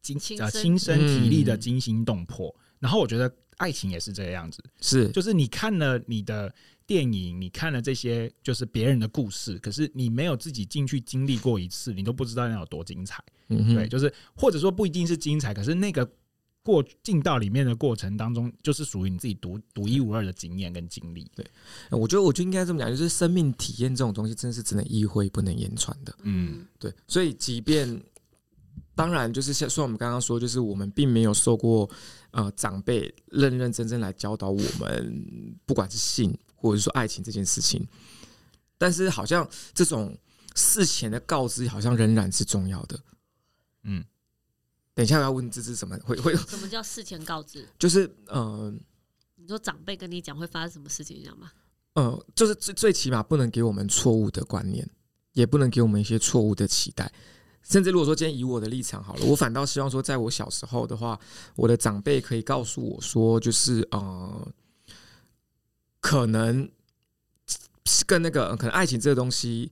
S1: 精
S2: 亲
S1: 呃
S2: 身
S1: 亲身体力的
S3: 嗯
S1: 惊心动魄。然后我觉得爱情也是这个样子，
S3: 是，
S1: 就是你看了你的电影，你看了这些就是别人的故事，可是你没有自己进去经历过一次，你都不知道那有多精彩。
S3: 嗯哼
S1: 对，就是或者说不一定是精彩，可是那个。”过进到里面的过程当中，就是属于你自己独独一无二的经验跟经历。
S3: 哎我觉得我就应该这么讲，就是生命体验这种东西，真的是只能意会不能言传的。
S1: 嗯
S3: 对，所以即便当然就是像虽然我们刚刚说，就是我们并没有受过呃长辈认认真真来教导我们，不管是性或者是说爱情这件事情，但是好像这种事前的告知，好像仍然是重要的。
S1: 嗯
S3: 等一下我要问芝芝怎么会会，
S2: 什么叫事前告知？
S3: 就是呃
S2: 你说长辈跟你讲会发生什么事情，你知道吗？
S3: 呃，就是最最起码不能给我们错误的观念，也不能给我们一些错误的期待。甚至如果说今天以我的立场好了，我反倒希望说，在我小时候的话，我的长辈可以告诉我说，就是呃，可能是跟那个可能爱情这个东西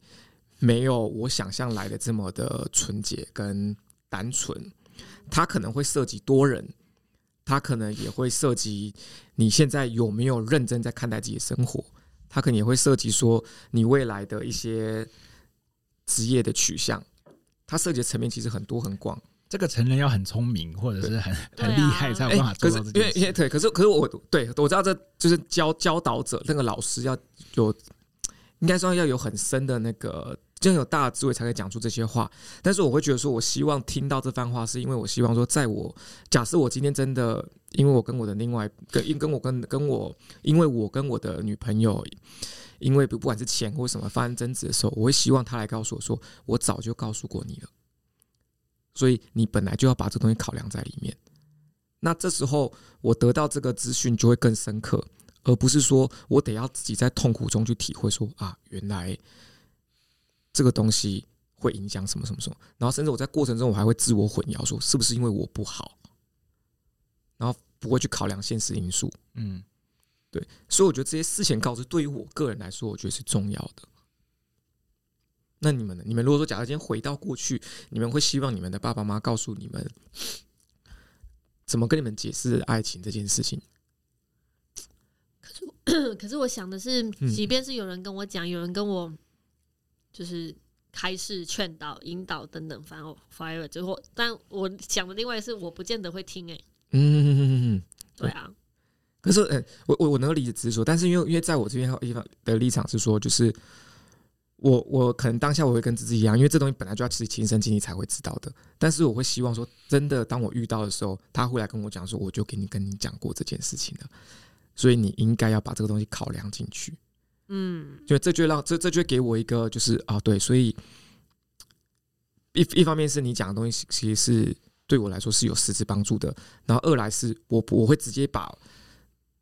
S3: 没有我想象来的这么的纯洁跟单纯，它可能会涉及多人，它可能也会涉及你现在有没有认真在看待自己的生活，它可能也会涉及说你未来的一些职业的取向，它涉及的层面其实很多很广。
S1: 这个成人要很聪明，或者是很 [LAUGHS]
S2: 对
S1: 很厉害，才有
S3: 哎，
S1: 办法做
S3: 可
S1: 到
S3: 是
S1: 这
S3: 因为
S1: 件
S3: 因为
S1: 事。
S3: 对，可是可是我对我知道这就是教教导者那个老师要有，应该说要有很深的那个真有大的智慧才可以讲出这些话。但是我会觉得说，我希望听到这番话，是因为我希望说，在我假设我今天真的，因为我跟我的另外跟因跟我跟跟我，因为我跟我的女朋友，因为不不管是钱或什么发生争执的时候，我会希望她来告诉我说，我早就告诉过你了，所以你本来就要把这东西考量在里面。那这时候我得到这个资讯就会更深刻，而不是说我得要自己在痛苦中去体会说啊，原来这个东西会影响什么什么什么。然后甚至我在过程中我还会自我混淆，说是不是因为我不好，然后不会去考量现实因素。
S1: 嗯，
S3: 对，所以我觉得这些事前告知对于我个人来说，我觉得是重要的。那你们呢？你们如果说假设今天回到过去，你们会希望你们的爸爸妈妈告诉你们怎么跟你们解释爱情这件事情？
S2: 可是我想的是，
S3: 嗯
S2: 即便是有人跟我讲，有人跟我就是开示、劝导、引导等等，反正反而最后，但我想的另外是，我不见得会听、欸。哎，
S3: 嗯，
S2: 对啊，
S3: 可是，嗯，我我我能够理解直说，但是因为因为在我这边一方的立场是说，就是我我可能当下我会跟自己一样，因为这东西本来就要自己亲身经历才会知道的。但是我会希望说，真的当我遇到的时候，他会来跟我讲说，我就给你跟你讲过这件事情了，所以你应该要把这个东西考量进去。
S2: 嗯，
S3: 就这就让这这就给我一个就是啊，对，所以一一方面是你讲的东西其实是对我来说是有实质帮助的，然后二来是我我会直接把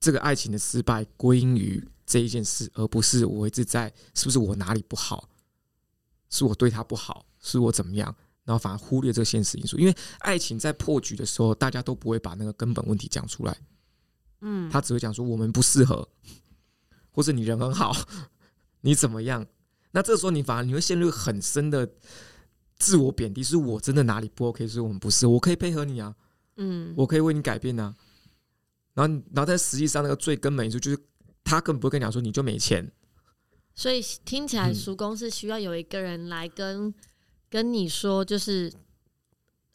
S3: 这个爱情的失败归因于这一件事，而不是我一直在是不是我哪里不好，是我对他不好，是我怎么样。然后反而忽略这个现实因素，因为爱情在破局的时候，大家都不会把那个根本问题讲出来，
S2: 嗯，
S3: 他只会讲说我们不适合， [LAUGHS] 或者你人很好， [LAUGHS] 你怎么样？那这时候你反而你会陷入很深的自我贬低，是我真的哪里不 OK，所以我们不是，我可以配合你啊，
S2: 嗯，
S3: 我可以为你改变啊。然后，然后但实际上那个最根本因素就是他根本不会跟你讲说你就没钱，
S2: 所以听起来
S3: 嗯
S2: 叔公是需要有一个人来跟跟你说，就是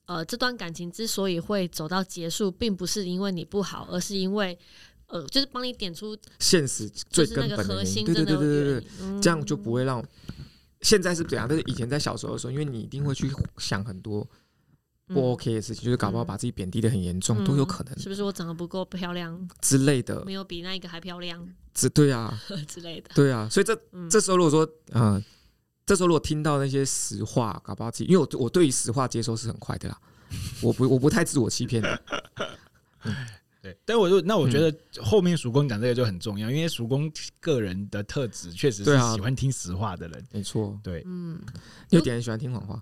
S2: 呃，这段感情之所以会走到结束，并不是因为你不好，而是因为呃，就是帮你点出
S3: 现实
S2: 就
S3: 最
S2: 是
S3: 根
S2: 那个
S3: 本的
S2: 核
S3: 原因，
S2: 心
S3: 对
S2: 真
S3: 对
S2: 的
S3: 对
S2: 有
S3: 对对
S2: 原
S3: 对
S2: 因，，嗯
S3: 这样就不会让。现在是怎样？但是以前在小时候的时候，因为你一定会去想很多不 OK 的事情，就是搞不好把自己贬低的很严重，
S2: 嗯
S3: 都有可能啊
S2: 是不是我长得不够漂亮，
S3: 之类的。
S2: 没有比那一个还漂亮 [LAUGHS]
S3: 这对啊，
S2: 之类的？
S3: 对啊，所以这
S2: 嗯，
S3: 这时候如果说，嗯、这时候如果听到那些实话，搞不好自己，因为我我对于实话接收是很快的啦，我不我不太自我欺骗的，
S1: 对，但我就那我觉
S3: 嗯
S1: 得后面曙公讲这个就很重要，因为曙公个人的特质确实
S3: 对
S1: 是
S3: 啊
S1: 喜欢听实话的人。
S3: 没错，
S1: 对，
S2: 嗯，
S3: 有点人喜欢听谎话，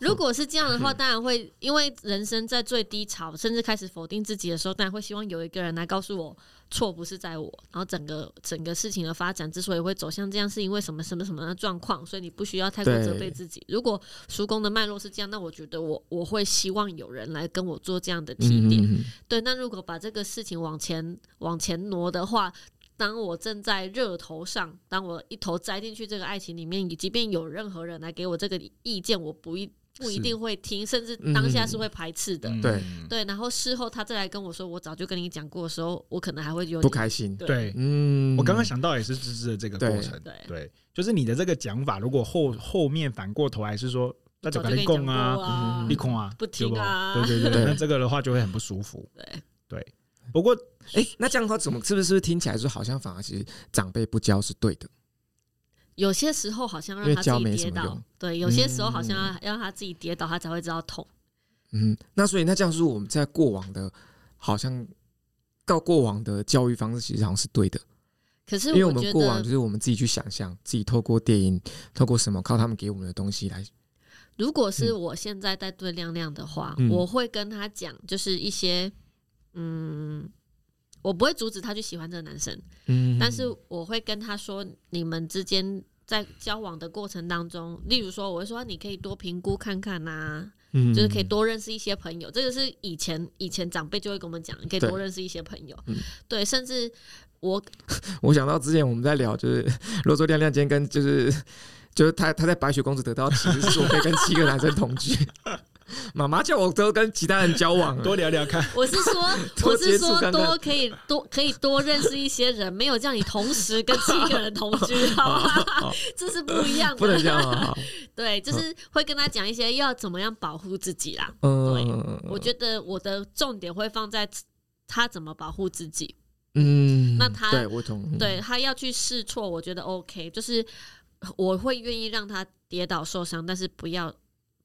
S2: 如果是这样的
S3: [LAUGHS]
S2: 话，当然会，因为人生在最低潮，甚至开始否定自己的时候，当然会希望有一个人来告诉我，错不是在我，然后整个整个事情的发展之所以会走向这样，是因为什么什么什么样的状况，所以你不需要太过
S3: 对
S2: 责备自己。如果叔公的脉络是这样，那我觉得我我会希望有人来跟我做这样的提点。
S3: 嗯，
S2: 对，那如果把这个事情往前往前挪的话，当我正在热头上，当我一头栽进去这个爱情里面，以即便有任何人来给我这个意见，我不一不一
S1: 是
S2: 定会听，甚至
S3: 嗯
S2: 当下是会排斥的。
S1: 嗯
S3: 对
S2: 对，然后事后他再来跟我说，我早就跟你讲过的时候，我可能还会有
S3: 嗯不
S2: 点
S3: 开心，
S2: 对
S1: 对，
S3: 嗯，
S1: 我刚刚，想到也是芝芝的这个过程，
S2: 对
S1: 对，就是你的这个讲法，如果后后面反过头来是说，那就
S2: 早
S1: 赶
S2: 就跟
S1: 紧
S2: 你讲
S1: 供
S2: 过
S1: 啊，
S3: 嗯
S2: 啊
S1: 你，控啊，
S2: 不听
S1: 对
S2: 啊
S1: 对对对，
S3: 对
S1: 那这个的话就会很不舒服。
S2: 对
S1: 对，不过
S3: 哎、那这样的话，怎么是不是是不是听起来说好像反而其实长辈不教是对的？
S2: 有些时候好像
S3: 因
S2: 让
S3: 为
S2: 他
S3: 教
S2: 自己
S3: 没什
S2: 跌
S3: 么
S2: 倒
S3: 用，
S2: 对，有些时候好像
S3: 嗯
S2: 要让他自己跌倒，他才会知道痛。
S3: 嗯，那所以那这样说，我们在过往的，好像到过往的教育方式其实好像是对的。
S2: 可是
S3: 因为我
S2: 觉
S3: 们过往
S2: 得
S3: 就，是我们自己去想象，自己透过电影，透过什么，靠他们给我们的东西来，
S2: 如果是
S3: 嗯
S2: 我现在在对亮亮的话，
S3: 嗯
S2: 我会跟他讲，就是一些，嗯，我不会阻止他去喜欢这个男生，
S3: 嗯
S2: 但是我会跟他说，你们之间在交往的过程当中，例如说，我会说你可以多评估看看呐、
S3: 嗯
S2: 就是可以，多认识一些朋友。这个是以前以前长辈就会跟我们讲，你可以
S3: 对
S2: 多认识一些朋友，
S3: 嗯
S2: 对，甚至我
S3: 我想到之前我们在聊，就是 [LAUGHS] 罗说亮亮今天跟就是就是他他在白雪公主得到启示，是我可以跟七个男生同居。 [LAUGHS] 妈妈叫我多跟其他人交往，
S1: 多聊聊看。
S2: 我是
S3: [LAUGHS]
S2: 说，
S3: 多
S2: 我是
S3: 接触
S2: 说
S3: 看看
S2: 多可以多可以多认识一些人，没有叫你同时跟七个人同
S3: [LAUGHS]
S2: 居，好吧？这是不一样
S3: 不能这
S2: 的。
S3: 样啊。好
S2: [LAUGHS] 对，就是会跟他讲一些要怎么样保护自己啦。
S3: 嗯，
S2: 我觉得我的重点会放在他怎么保护自己，
S3: 嗯，
S2: 那他
S3: 对我同意，
S2: 对他要去试错，我觉得 OK，就是我会愿意让他跌倒受伤，但是不要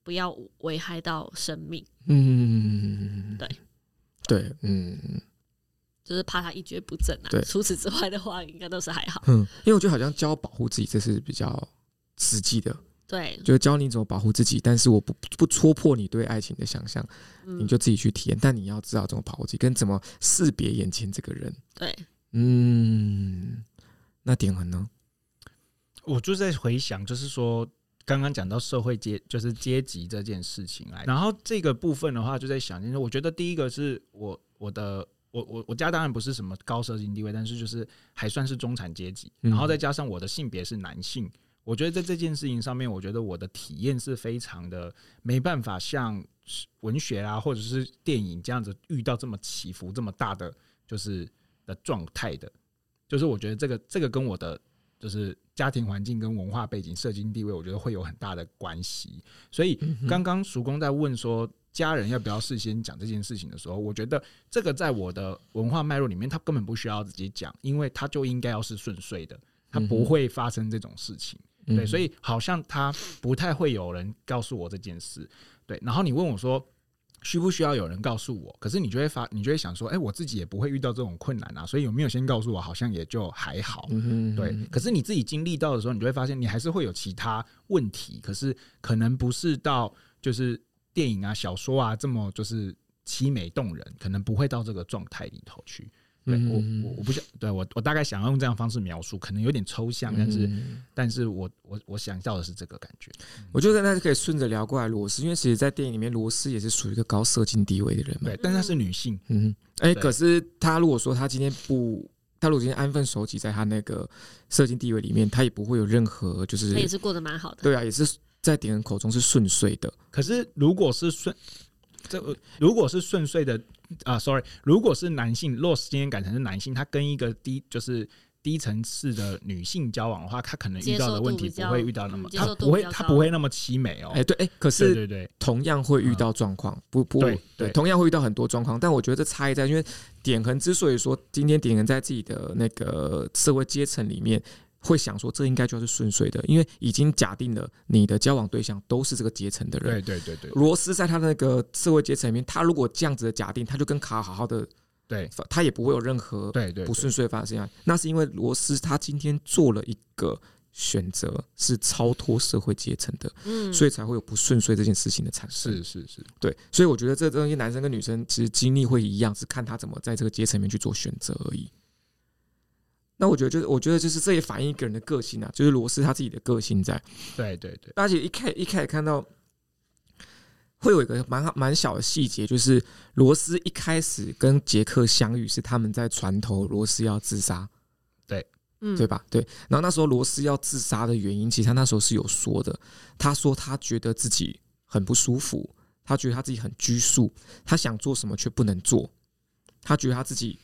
S2: 不要危害到生命，
S3: 嗯，
S2: 对
S3: 对，嗯
S2: 就是怕他一蹶不振啊
S3: 对。
S2: 除此之外的话，应该都是还好。
S3: 嗯，因为我觉得好像教保护自己这是比较实际的，
S2: 对，
S3: 就是教你怎么保护自己，但是我不不戳破你对爱情的想象，你
S2: 嗯，
S3: 就自己去体验，但你要知道怎么保护自己，跟怎么识别眼前这个人。
S2: 对，
S3: 嗯，那点恒呢？
S1: 我就在回想，就是说刚刚讲到社会阶，就是阶级这件事情来，然后这个部分的话，就在想，就是我觉得第一个是我我的。我我我家当然不是什么高社经地位，但是就是还算是中产阶级，
S3: 嗯
S1: 然后再加上我的性别是男性，我觉得在这件事情上面，我觉得我的体验是非常的没办法像文学啊，或者是电影这样子遇到这么起伏这么大的就是的状态的，就是我觉得这个这个跟我的就是家庭环境跟文化背景、社经地位，我觉得会有很大的关系。所以
S3: 嗯
S1: 刚刚叔公在问说家人要不要事先讲这件事情的时候，我觉得这个在我的文化脉络里面，他根本不需要自己讲，因为他就应该要是顺遂的，他
S3: 嗯
S1: 不
S3: 哼
S1: 会发生这种事情。对，
S3: 嗯
S1: 所以好像他不太会有人告诉我这件事。对，然后你问我说需不需要有人告诉我？可是你就会发，你就会想说，哎、我自己也不会遇到这种困难啊，所以有没有先告诉我，好像也就还好。
S3: 嗯哼
S1: 对，可是你自己经历到的时候，你就会发现你还是会有其他问题，可是可能不是到就是电影啊、小说啊这么就是凄美动人，可能不会到这个状态里头去。对我
S3: 嗯
S1: 我我不想，对我我大概想要用这样的方式描述，可能有点抽象，但是但是我我我想到的是这个感觉，
S3: 嗯我觉得大家可以顺着聊过来罗斯，因为其实，在电影里面，罗斯也是属于一个高社经地位的人嘛。
S1: 对，但是她是女性，
S3: 嗯，哎、
S1: 对
S3: 可是他如果说他今天不，他如果今天安分守己在他那个社经地位里面，他也不会有任何就是
S2: 他也是过得蛮好的。
S3: 对啊，也是在点人口中是顺遂的。
S1: 可是如果是顺，这呃如果是顺遂的啊，sorry，如果是男性，Loss 今天改成是男性，他跟一个低就是低层次的女性交往的话，他可能遇到的问题不会遇到那么，
S2: 接受
S1: 他
S2: 度比较
S1: 不会
S2: 嗯接受度比较
S1: 他
S2: 高
S1: 不会那么凄美哦
S3: 哎、。对，哎、可
S1: 对
S3: 是
S1: 对对，
S3: 同样会遇到状况，不不
S1: 对对
S3: 同样会遇到很多状况。但我觉得这差异在，因为点恒之所以说今天点恒在自己的那个社会阶层里面。会想说这应该就是顺遂的，因为已经假定了你的交往对象都是这个阶层的人，
S1: 对对对对
S3: 罗斯在他那个社会阶层里面，他如果这样子的假定，他就跟卡尔好好的，
S1: 对
S3: 他也不会有任何
S1: 对对，
S3: 不顺遂发生啊。那是因为罗斯他今天做了一个选择，是超脱社会阶层的，
S2: 嗯，
S3: 所以才会有不顺遂这件事情的产生。
S1: 是是是，
S3: 对，所以我觉得这东西男生跟女生其实经历会一样，是看他怎么在这个阶层里面去做选择而已。那我觉得就是，我觉得就是这也反映一个人的个性啊，就是罗斯他自己的个性在。
S1: 对对对，
S3: 而且一开一开始看到，会有一个蛮蛮小的细节，就是罗斯一开始跟杰克相遇是他们在船头，罗斯要自杀，
S2: 嗯
S3: 对吧？对。然后那时候罗斯要自杀的原因，其实他那时候是有说的，他说他觉得自己很不舒服，他觉得他自己很拘束，他想做什么却不能做，他觉得他自己。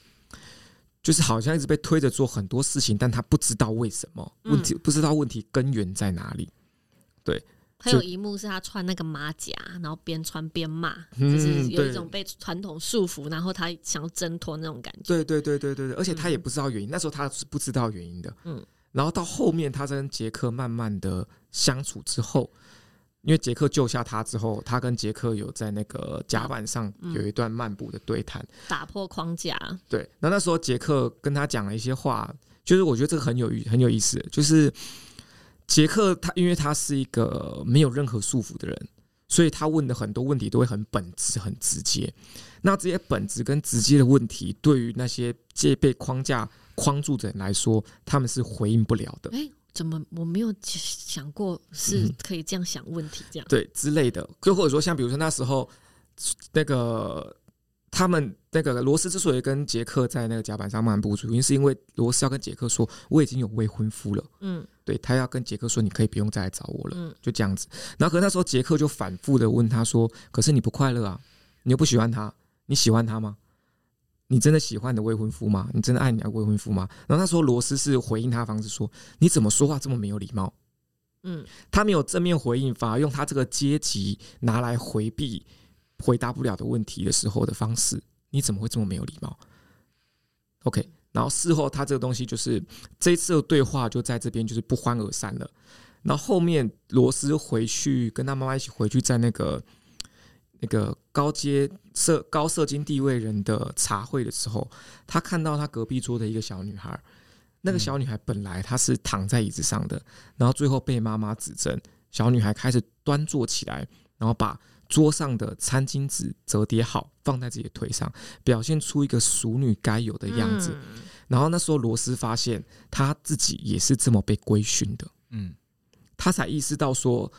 S3: 就是好像一直被推着做很多事情，但他不知道为什么问题，不知道问题根源在哪里。
S2: 还有一幕是他穿那个马甲，然后边穿边骂，
S3: 嗯
S2: 就是有
S3: 对
S2: 一种被传统束缚，然后他想要挣脱那种感觉。
S3: 对对对对对对，而且他也不知道原因，那时候他是不知道原因的。嗯
S2: 嗯，
S3: 然后到后面他跟杰克慢慢的相处之后，因为杰克救下他之后，他跟杰克有在那个甲板上
S2: 嗯
S3: 有一段漫步的对谈。
S2: 打破框架，
S3: 对，那那时候杰克跟他讲了一些话，就是我觉得这个很有意很有意思，就是杰克他因为他是一个没有任何束缚的人，所以他问的很多问题都会很本质、很直接。那这些本质跟直接的问题，对于那些戒被框架框住的人来说，他们是回应不了的。
S2: 哎、怎么我没有想过是可以这样想问题这样？
S3: 对之类的，就或者说像比如说那时候那个他们那个罗斯之所以跟杰克在那个甲板上漫步，主因是因为罗斯要跟杰克说我已经有未婚夫了，
S2: 嗯
S3: 对他要跟杰克说你 [LAUGHS] 可以不用再来找我了，
S2: 嗯
S3: 就这样子。然后可是那时候杰克就反复的问他说：“可是你不快乐啊？你又不喜欢他，你喜欢他吗？你真的喜欢你的未婚夫吗？你真的爱你的未婚夫吗？”然后那时候罗斯是回应他的方式说：“你怎么说话这么没有礼貌？”
S2: 嗯
S3: 他没有正面回应，反而用他这个阶级拿来回避回答不了的问题的时候的方式，你怎么会这么没有礼貌？OK，然后事后他这个东西就是这一次的对话就在这边就是不欢而散了。然后后面罗斯回去跟他妈妈一起回去，在那个那个高阶社高社经地位人的茶会的时候，他看到他隔壁桌的一个小女孩。那个小女孩本来她是躺在椅子上的，然后最后被妈妈指正，小女孩开始端坐起来，然后把桌上的餐巾纸折叠好，放在自己的腿上，表现出一个熟女该有的样子。
S2: 嗯
S3: 然后那时候罗斯发现他自己也是这么被规训的，
S1: 嗯
S3: 他才意识到说，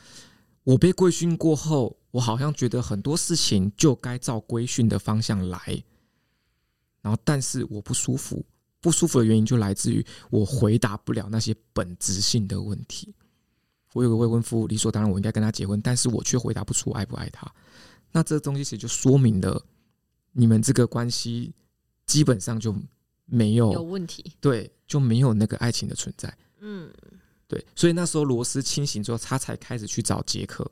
S3: 我被规训过后，我好像觉得很多事情就该照规训的方向来，然后但是我不舒服，不舒服的原因就来自于我回答不了那些本质性的问题。我有个未婚夫，理所当然我应该跟他结婚，但是我却回答不出爱不爱他。那这东西其实就说明了你们这个关系基本上就没有
S2: 有问题，
S3: 对，就没有那个爱情的存在。
S2: 嗯
S3: 对，所以那时候罗斯清醒之后，他才开始去找杰克，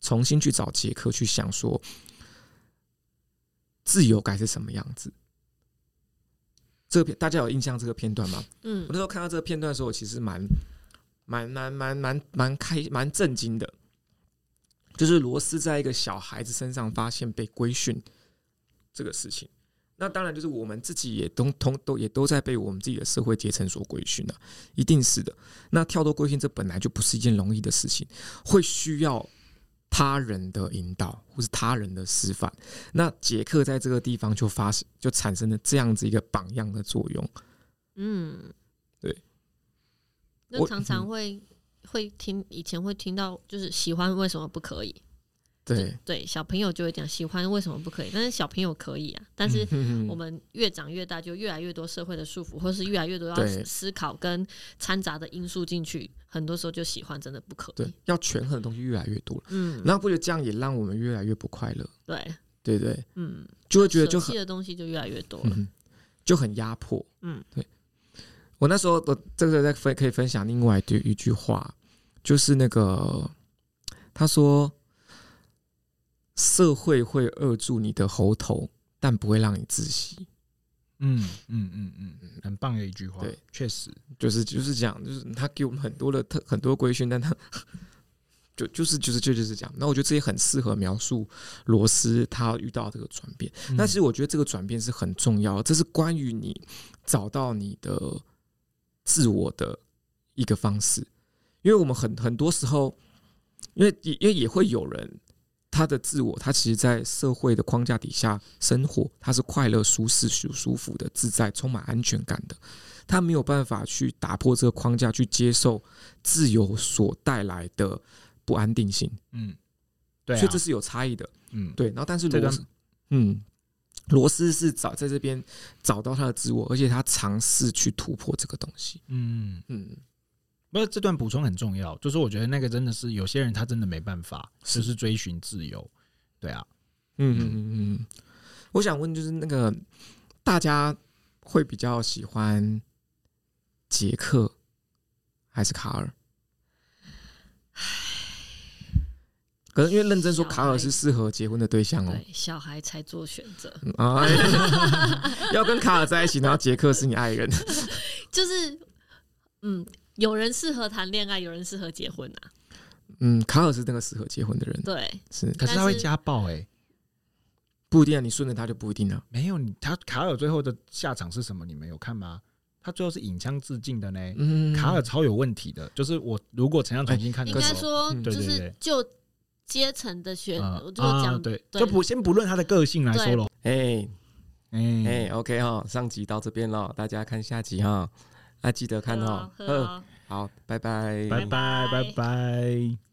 S3: 重新去找杰克，去想说自由该是什么样子。这个片大家有印象这个片段吗？
S2: 嗯
S3: 我那时候看到这个片段的时候，我其实蛮蛮蛮蛮蛮蛮开蛮震惊的，就是罗斯在一个小孩子身上发现被规训这个事情。那当然，就是我们自己也都通都也都在被我们自己的社会阶层所规训啊，一定是的。那跳脱规训，这本来就不是一件容易的事情，会需要他人的引导或是他人的示范。那杰克在这个地方就发就产生了这样子一个榜样的作用。
S2: 嗯，
S3: 对。
S2: 那
S3: 我
S2: 常常会会听，以前会听到，就是喜欢为什么不可以？
S3: 对
S2: 就，对，小朋友就会讲喜欢为什么不可以？但是小朋友可以啊，但是我
S3: 我
S2: 们越长越大，就越来越多社会的束缚，或是越来越多要
S3: 对
S2: 思思考跟掺杂的因素进去，很多时候就喜欢真的不可
S3: 对
S2: 以。
S3: 要权衡的东西越来越多了，
S2: 嗯，
S3: 那不觉得这样也让我们越来越不快乐？
S2: 对，
S3: 对不对，
S2: 嗯，
S3: 就会觉得就
S2: 舍
S3: 很
S2: 弃的东西就越来越多了。
S3: 嗯就很压迫。
S2: 嗯，
S3: 对。我那时候我这个在分可以分享另外一一句话，就是那个他说，社会会扼住你的喉头，但不会让你窒息。
S1: 嗯嗯嗯嗯，很棒的一句话
S3: 对，
S1: 确实，
S3: 就是就是这样，就是他给我们很多的特很多规训，但他就就是就是就就是这样。那我觉得这也很适合描述罗斯他遇到这个转变。但是我觉得这个转变是很重要的，这是关于你找到你的自我的一个方式。因为我们很很多时候，因为也因为也会有人他的自我，他其实，在社会的框架底下生活，他是快乐、舒适、舒舒服的、自在、充满安全感的。他没有办法去打破这个框架，去接受自由所带来的不安定性，
S1: 嗯，对啊，
S3: 所以这是有差异的。
S1: 嗯
S3: 对，然后但是
S1: 这
S3: 罗
S1: 跟
S3: 斯，嗯，罗斯是找在这边找到他的自我，而且他尝试去突破这个东西。
S1: 嗯，
S3: 嗯，
S1: 不是这段补充很重要，就是我觉得那个真的是有些人他真的没办法，
S3: 是
S1: 就是追寻自由，对啊，
S3: 嗯嗯嗯嗯。我想问，就是那个大家会比较喜欢杰克还是卡尔？ [SIGHS] 可能因为认真说，卡尔是适合结婚的对象哦。
S2: 对，小孩才做选择，
S3: 嗯哎， [LAUGHS] 要跟卡尔在一起，然后杰克是你爱人。
S2: 就是嗯，有人适合谈恋爱，有人适合结婚啊。
S3: 嗯，卡尔是那个适合结婚的人，
S2: 对，
S3: 是
S1: 可是他
S2: 但
S1: 会
S2: 是
S1: 家暴哎、
S3: 不一定啊，你顺着他就不一定了、
S1: 没有你，他卡尔最后的下场是什么？你们有看吗？他最后是引枪自尽的呢。
S3: 嗯，
S1: 卡尔超有问题的，就是我如果陈亮重新看
S2: 应
S1: 的时
S2: 该
S1: 候，
S2: 说
S3: 嗯
S2: 就
S1: 对对
S2: 是
S1: 对
S2: 就阶层的选，
S1: 嗯
S2: 我就讲、
S1: 啊对，
S2: 对
S1: 就不先不论他的个性来说
S2: 对
S1: 咯。
S3: 哎、
S1: 哎
S3: 哎、o k 哈，上集到这边了，大家看下集哈，啊，记得看
S2: 喝
S3: 哦
S2: 啊。喝
S3: 嗯
S2: 啊
S3: 好，拜拜，
S1: 拜拜拜
S2: 拜
S1: 拜。